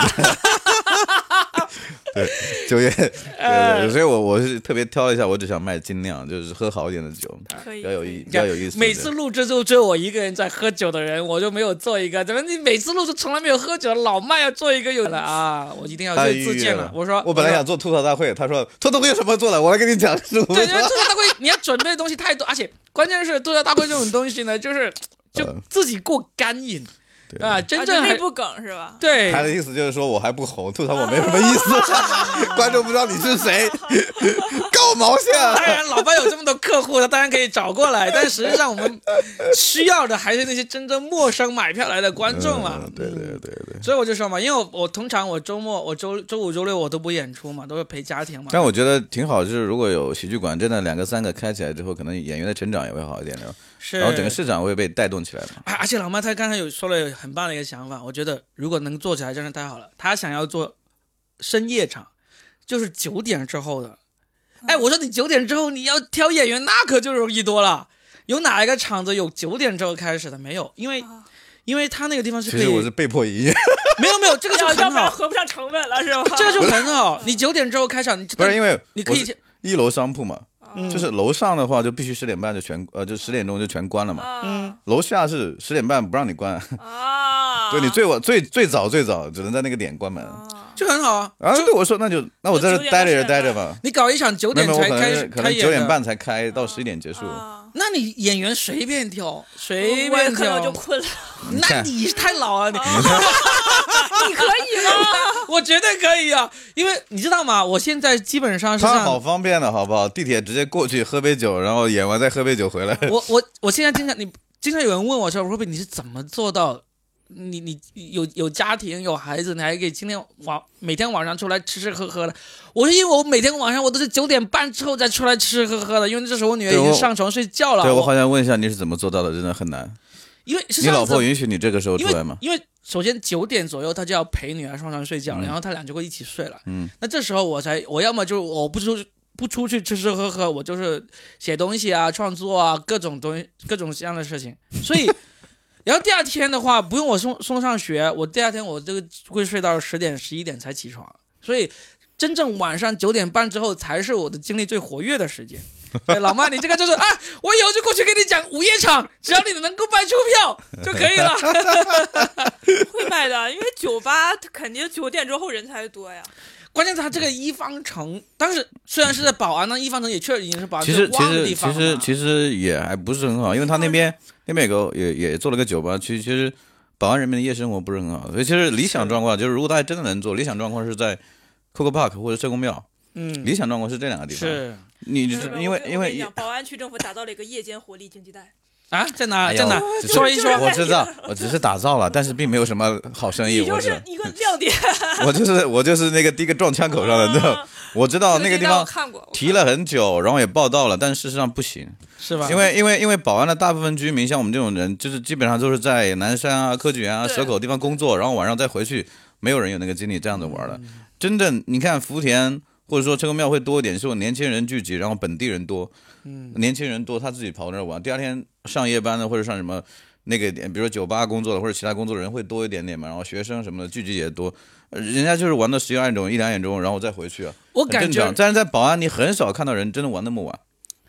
Speaker 2: 九月，对
Speaker 1: 呃
Speaker 2: 对对，所以我我是特别挑了一下，我只想卖精酿，就是喝好一点的酒，
Speaker 3: 可以
Speaker 2: 比较有意
Speaker 3: 可
Speaker 2: 比较有意思。
Speaker 1: 每次录制就只有我一个人在喝酒的人，我就没有做一个。怎么你每次录制从来没有喝酒的老麦要做一个
Speaker 2: 嗯
Speaker 1: 有的啊？我一定要
Speaker 2: 太
Speaker 1: 自
Speaker 2: 愉
Speaker 1: 荐
Speaker 2: 悦
Speaker 1: 了
Speaker 2: 了。，
Speaker 1: 我说
Speaker 2: 我本来想。做吐槽大会，他说吐槽大会有什么做的，我来跟你讲是
Speaker 1: 我
Speaker 2: 我
Speaker 1: 说对， 因为吐槽大会你要准备的东西太多，而且关键是吐槽大会这种东西呢，就是就
Speaker 2: 嗯
Speaker 1: 自己过干瘾，
Speaker 2: 对
Speaker 1: 啊，真
Speaker 3: 啊
Speaker 1: 正
Speaker 3: 就内
Speaker 1: 还
Speaker 3: 部梗是吧？
Speaker 1: 对
Speaker 2: 他的意思就是说我还不红，吐槽我没什么意 思，观众不知道你是谁， 搞毛线
Speaker 1: 当
Speaker 2: 啊！
Speaker 1: 然，老白有这么多客户，他当然可以找过来，但实际上我们需要的还是那些真正陌生买票来的观众嘛。
Speaker 2: 嗯对对对对。
Speaker 1: 所以我就说嘛，因为我我通常我周末我周周五周六我都不演出嘛，都是陪家庭嘛。
Speaker 2: 但我觉得挺好，就是如果有喜剧馆真的两个三个开起来之后，可能演员的成长也会好一点的，
Speaker 1: 是，
Speaker 2: 然后整个市场会被带动起来嘛。
Speaker 1: 啊而且老妈她刚才有说了很棒的一个想法，我觉得如果能做起来真的太好了。她想要做深夜场，就是九点之后的。
Speaker 3: 嗯
Speaker 1: 哎，我说你九点之后你要挑演员，那可就容易多了。有哪一个场子有九点之后开始的？没有，因为
Speaker 3: 啊
Speaker 1: 因为他那个地方是
Speaker 2: 其
Speaker 1: 可以
Speaker 2: 实我是被迫营业，
Speaker 1: 没有没有，这个就
Speaker 3: 要要
Speaker 1: 很
Speaker 3: 不然
Speaker 1: 好，
Speaker 3: 合不上成本了是吧？
Speaker 1: 这个就很好。你九点之后开场，你就
Speaker 2: 不是因为
Speaker 1: 你可
Speaker 2: 我
Speaker 1: 以
Speaker 2: 是一楼商铺嘛，
Speaker 1: 嗯
Speaker 2: 就是楼上的话就必须十点半就全呃就十点钟就全关了嘛，
Speaker 1: 哦
Speaker 3: 啊
Speaker 2: 楼下是十点半不让你关，
Speaker 3: 啊！
Speaker 2: 对你最晚最最早最早只能在那个点关门。
Speaker 3: 啊
Speaker 1: 就很好啊。
Speaker 2: 然后对我说那就那我在
Speaker 3: 就
Speaker 2: 这
Speaker 3: 9
Speaker 2: 待着也
Speaker 3: 点到
Speaker 2: 待着
Speaker 3: 10点
Speaker 2: 吧，
Speaker 1: 你搞一场啊九
Speaker 2: 没
Speaker 1: 点
Speaker 2: 有没有
Speaker 1: 才
Speaker 2: 我可
Speaker 1: 开
Speaker 2: 能
Speaker 1: 始
Speaker 2: 可
Speaker 1: 开
Speaker 2: 能
Speaker 1: 演
Speaker 2: 九
Speaker 1: 的哦
Speaker 2: 点半，才开到十一点结束，
Speaker 3: 啊
Speaker 1: 那你演员随便挑，随
Speaker 3: 我
Speaker 1: 便
Speaker 3: 可
Speaker 1: 挑
Speaker 2: 啊
Speaker 3: 能就。困了，
Speaker 1: 那你太老了，你
Speaker 2: 嗯
Speaker 3: 你可以吗？
Speaker 1: 我绝对可以啊！因为你知道吗？我现在基本上是这
Speaker 2: 他好
Speaker 1: 样，
Speaker 2: 方便的好不好？地铁直接过去喝杯酒，然后演完再喝杯酒回来。
Speaker 1: 我我我现在经常你经常有人问我说，Robin 你是怎么做到？你你有有家庭有孩子，你还可以今天晚每天晚上出来吃吃喝喝的。我是因为我每天晚上我都是九点半之后再出来吃吃喝喝的，因为这时候我女儿已
Speaker 2: 对
Speaker 1: 经
Speaker 2: 我
Speaker 1: 上床睡觉了。
Speaker 2: 对我好想问一下你是怎么做到的？真的很难。
Speaker 1: 因为是
Speaker 2: 你
Speaker 1: 这样
Speaker 2: 老
Speaker 1: 子的
Speaker 2: 婆允许你这个时候
Speaker 1: 因
Speaker 2: 出
Speaker 1: 为啊
Speaker 2: 来吗？
Speaker 1: 因为首先九点左右，他就要陪女儿上床睡觉，
Speaker 2: 嗯
Speaker 1: 然后他俩就会一起睡了。
Speaker 2: 嗯，
Speaker 1: 那这时候我才，我要么就我不出不出去吃吃喝喝，我就是写东西啊、创作啊，各种东西、各种各样的事 情。所以，然后第二天的话，不用我送送上学，我第二天我这个会睡到十点、十一点才起床。所以，真正晚上九点半之后才是我的精力最活跃的时 间。对，老妈，你这个就是啊，我以后就过去给你讲午夜场，只要你能够卖出票就可以了。
Speaker 3: 会卖的，因为酒吧肯定九点之后人才多呀。
Speaker 1: 关键是他这个一方城，当时虽然是在保安，那一方城也确实已经是保安
Speaker 2: 其实
Speaker 1: 最
Speaker 2: 其
Speaker 1: 旺的
Speaker 2: 实
Speaker 1: 地方嗯
Speaker 2: 其
Speaker 1: 了
Speaker 2: 实其实也还不是很好，因为他那边那边有个也也做了个酒吧，其实其实保安人民的夜生活不是很好，所以其实理想状况就是如果大家真的能做，理想状况是在 Coco Park 或者社公庙，
Speaker 1: 嗯
Speaker 2: 理想状况是这两个地方。
Speaker 1: 是
Speaker 2: 你
Speaker 3: 没
Speaker 2: 因
Speaker 3: 有没有我
Speaker 2: 为因
Speaker 3: 跟我跟你
Speaker 2: 为
Speaker 3: 讲，保安区政府打造了一个夜间活力经济带，
Speaker 1: 啊，在哪
Speaker 2: 哎
Speaker 1: 在
Speaker 2: 呀
Speaker 1: 哪
Speaker 2: 我只是
Speaker 1: 说一说
Speaker 2: 我知道，我只是打造了，但是并没有什么好生意。
Speaker 3: 你
Speaker 2: 哎我
Speaker 3: 就
Speaker 2: 只
Speaker 3: 是一个亮点。啊
Speaker 2: 我就是我就是那个第一个撞枪口上的，你知
Speaker 1: 啊
Speaker 2: 道？我知哦道那个地
Speaker 3: 我
Speaker 2: 方
Speaker 3: 看过，我看过
Speaker 2: 提了很久，然后也报道了，但事实上不行，
Speaker 1: 是吧？
Speaker 2: 因为因为因为保安的大部分居民，像我们这种人，就是基本上都是在南山啊、科举园啊、
Speaker 3: 对
Speaker 2: 蛇口地方工作，然后晚上再回去，没有人有那个精力这样子玩
Speaker 1: 嗯
Speaker 2: 了。真正你看福田或者说车公庙会多一点，是我年轻人聚集，然后本地人多，
Speaker 1: 嗯，
Speaker 2: 年轻人多，他自己跑那儿玩，第二天上夜班的或者上什么。那个点，比如说酒吧工作的或者其他工作的人会多一点点嘛，然后学生什么的聚集也多，呃人家就是玩到十一二点钟一两点钟，然后再回去啊，
Speaker 1: 我
Speaker 2: 很
Speaker 1: 感
Speaker 2: 正常。
Speaker 1: 觉
Speaker 2: 但是在保安，你很少看到人真的玩那么晚，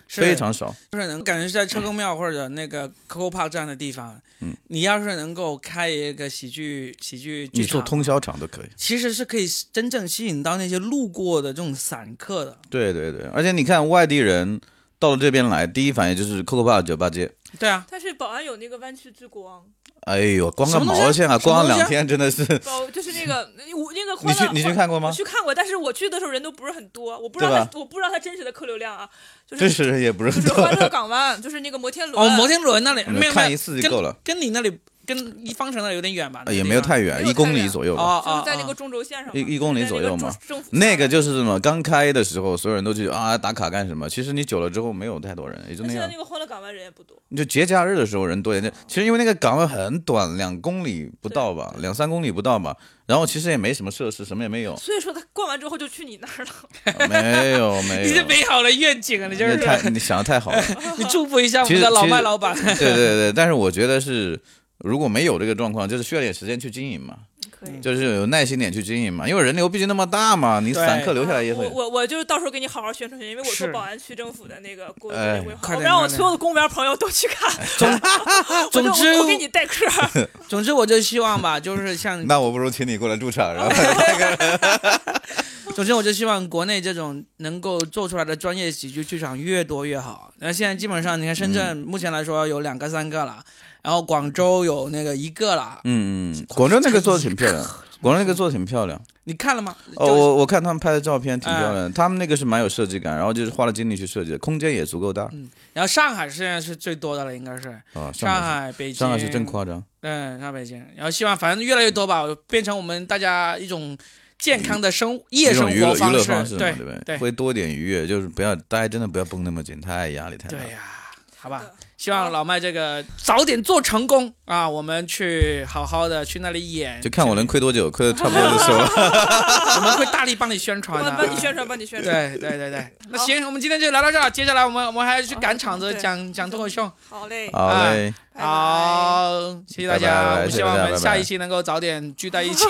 Speaker 1: 是
Speaker 2: 非常少。
Speaker 1: 就是能感觉是在车公庙或者那个 Coco Park 这样的地方，
Speaker 2: 嗯
Speaker 1: 你要是能够开一个喜剧喜剧剧
Speaker 2: 你做
Speaker 1: 场，
Speaker 2: 通宵场都可以。
Speaker 1: 其实是可以真正吸引到那些路过的这种散客的。
Speaker 2: 对对对，而且你看外地人到了这边来，第一反应就是 Coco Bar 酒吧街。
Speaker 1: 对啊，
Speaker 3: 但是保安有那个湾区之光，
Speaker 2: 哎呦，光
Speaker 1: 什
Speaker 2: 个
Speaker 1: 么东西啊
Speaker 2: 毛线
Speaker 1: 什么
Speaker 2: 啊！光
Speaker 1: 东西啊
Speaker 2: 两天真的是，
Speaker 3: 包就是 那个那我那个
Speaker 2: 你
Speaker 3: 欢
Speaker 2: 去
Speaker 3: 乐，
Speaker 2: 你去
Speaker 3: 欢
Speaker 2: 看过
Speaker 3: 我
Speaker 2: 吗？
Speaker 3: 去看过，但是我去的时候人都不是很多，我不知道
Speaker 2: 对
Speaker 3: 他
Speaker 2: 吧
Speaker 3: 我不知道他真实的客流量啊，就
Speaker 2: 真
Speaker 3: 是
Speaker 2: 实人也不是
Speaker 3: 就
Speaker 2: 很
Speaker 3: 是
Speaker 2: 多
Speaker 3: 欢，乐港湾，就是那个摩天轮，
Speaker 1: 哦，摩天轮那里没有
Speaker 2: 看
Speaker 1: 没
Speaker 2: 一
Speaker 1: 有
Speaker 2: 次就够了，
Speaker 1: 跟你那里跟一方城那里有点远吧？那个
Speaker 2: 呃 也
Speaker 1: 地
Speaker 2: 没有
Speaker 1: 方
Speaker 2: 太
Speaker 3: 没
Speaker 2: 远，
Speaker 3: 有
Speaker 2: 一公
Speaker 3: 太
Speaker 2: 里
Speaker 3: 远
Speaker 2: 左右
Speaker 1: 哦
Speaker 2: 吧。
Speaker 1: 哦
Speaker 3: 就是在那
Speaker 1: 哦
Speaker 3: 个中轴线上嘛，
Speaker 2: 啊一一公里左右嘛
Speaker 3: 在那个政府
Speaker 2: 那个就是什么，刚开的时候，所有人都去啊打卡干什么？其实你久了之后，没有太多人，也就
Speaker 3: 那
Speaker 2: 那
Speaker 3: 现在
Speaker 2: 样
Speaker 3: 那。个欢乐港湾人也不多，，
Speaker 2: 你就节假日的时候人多一点，就其实因为那个港湾很短，两公里不到吧，两三公里不到吧。然后其实也没什么设施，什么也没有
Speaker 3: 所以说他逛完之后就去你那 儿了。
Speaker 2: 没有没有。
Speaker 1: 你这美好的愿景啊，哎你就是
Speaker 2: 你太你想的太好了。
Speaker 1: 你祝福一下我
Speaker 2: 其
Speaker 1: 们
Speaker 2: 实
Speaker 1: 的老
Speaker 2: 其
Speaker 1: 麦
Speaker 2: 实
Speaker 1: 老板。
Speaker 2: 对对对，但是我觉得是，如果没有这个状况，就是需要点时间去经营嘛，
Speaker 3: 可以。
Speaker 2: 嗯就是有耐心点去经营嘛，因为人流毕竟那么大嘛，你
Speaker 1: 对
Speaker 2: 散客留下来也
Speaker 3: 我
Speaker 2: 会。
Speaker 3: 我我就是到时候给你好好宣传宣传，因为我
Speaker 1: 是
Speaker 3: 说宝安区政府的那个公
Speaker 2: 哎
Speaker 3: 园规
Speaker 1: 快
Speaker 3: 划，
Speaker 1: 点
Speaker 3: 我让
Speaker 1: 快
Speaker 3: 我
Speaker 1: 点
Speaker 3: 所有的公务员朋友都去看， 我
Speaker 1: 总
Speaker 3: 就
Speaker 1: 之
Speaker 3: 我我给你代课，
Speaker 1: 总之我就希望吧，就是像
Speaker 2: 那我不如请你过来驻场，然后那个
Speaker 1: 总之，我就希望国内这种能够做出来的专业喜剧剧场越多越好。那现在基本上，你看深圳目前来说有两个、三个了，然后广州有那个一个了。
Speaker 2: 嗯嗯，广州那个做的挺漂亮，广州那个做的挺漂亮。
Speaker 1: 你看了吗？
Speaker 2: 哦，
Speaker 1: 就嗯
Speaker 2: 我我看他们拍的照片挺漂亮的，他们那个是蛮有设计感，然后就是花了精力去设计的，空间也足够大
Speaker 1: 然后上海现在是最多的了，应该是
Speaker 2: 啊。上
Speaker 1: 上
Speaker 2: 海
Speaker 1: 海、北
Speaker 2: 是
Speaker 1: 京。
Speaker 2: 上海是真夸张，
Speaker 1: 嗯，上北京。然后希望反正越来越多吧，变成我们大家一种健康的生夜
Speaker 2: 一
Speaker 1: 生
Speaker 2: 种娱乐
Speaker 1: 活
Speaker 2: 娱乐
Speaker 1: 式。
Speaker 2: 方式嘛，
Speaker 1: 对
Speaker 2: 对不
Speaker 1: 对
Speaker 2: 会多点愉悦，就是不要大家真的不要绷那么紧，太压力太大
Speaker 1: 对
Speaker 2: 了。
Speaker 1: 呀、好吧
Speaker 3: 对。
Speaker 1: 希
Speaker 3: 呃
Speaker 1: 望老麦这个早点做成功啊！我们去好好的去那里演，
Speaker 2: 就看我能亏多久，亏的差不多就收 了。
Speaker 1: 我们会大力帮你宣
Speaker 3: 我
Speaker 1: 传的、
Speaker 3: 们
Speaker 1: 啊。
Speaker 3: 帮你宣传，帮你宣传。
Speaker 1: 对对对 对，那
Speaker 3: 好
Speaker 1: 行，我们今天就聊到这儿。接下来我们我们还要去赶场子
Speaker 3: 对
Speaker 1: 讲讲脱口秀。
Speaker 3: 好嘞，
Speaker 2: 好嘞，
Speaker 3: 拜拜
Speaker 1: 好，谢谢大
Speaker 2: 拜
Speaker 1: 家，
Speaker 2: 拜
Speaker 1: 我
Speaker 2: 谢
Speaker 1: 希
Speaker 2: 谢
Speaker 1: 望
Speaker 2: 大
Speaker 1: 我
Speaker 2: 家
Speaker 1: 们
Speaker 2: 拜拜
Speaker 1: 下一期能够早点聚在一 起。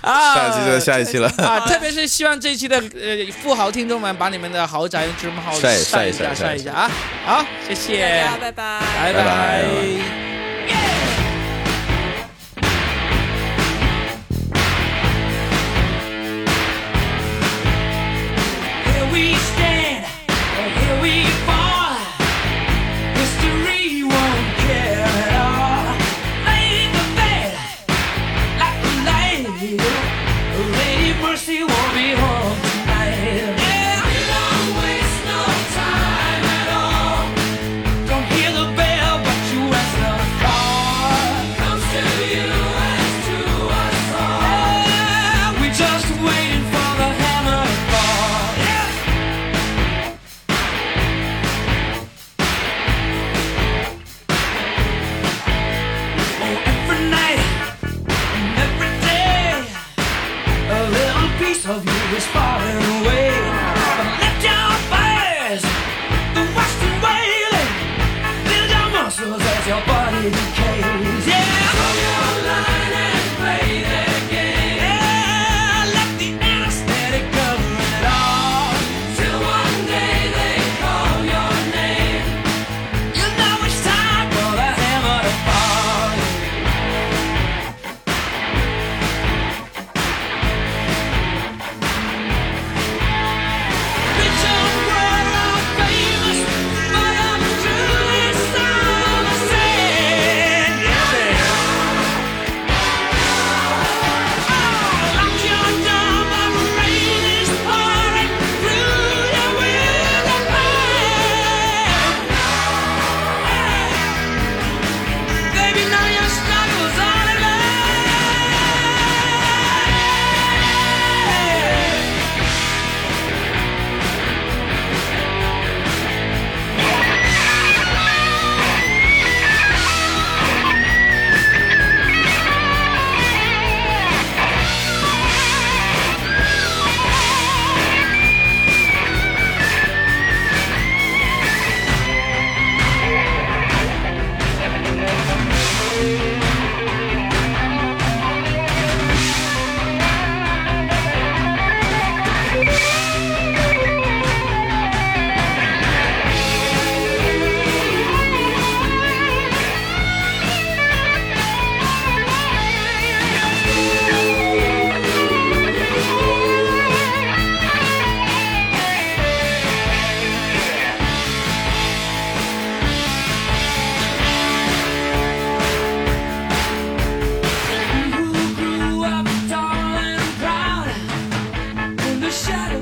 Speaker 1: 啊，
Speaker 2: 下一期就是下一期了。
Speaker 1: 啊，特别是希望这一期的呃富豪听众们把你们的豪宅之貌晒
Speaker 2: 晒晒
Speaker 1: 一下
Speaker 2: 晒
Speaker 1: 晒一下啊！好，谢谢，
Speaker 3: 大家拜拜。
Speaker 1: 拜
Speaker 2: 拜拜
Speaker 4: Here we stand, and here we fall. History won't care at all. Lady the bed, like the light. Lady Mercy won't be home tonight. Yeah, we don't waste no time at all. Don't hear the bell, but you answer the call. Comes to you as to us all. Yeah, we just waiting for the hammer to fall. Yeah. Oh, every night and every day, a little piece of you is falling away. But let your fires, the western wailing, build your muscles as your body decays. Yeah. Throw your line and play that game. Yeah, let the anesthetic cover it all. Till one day they call your name. You know it's time for the hammer to fall. Baby, now your struggle's all alone. Who grew up tall and proud in the shadow Oh.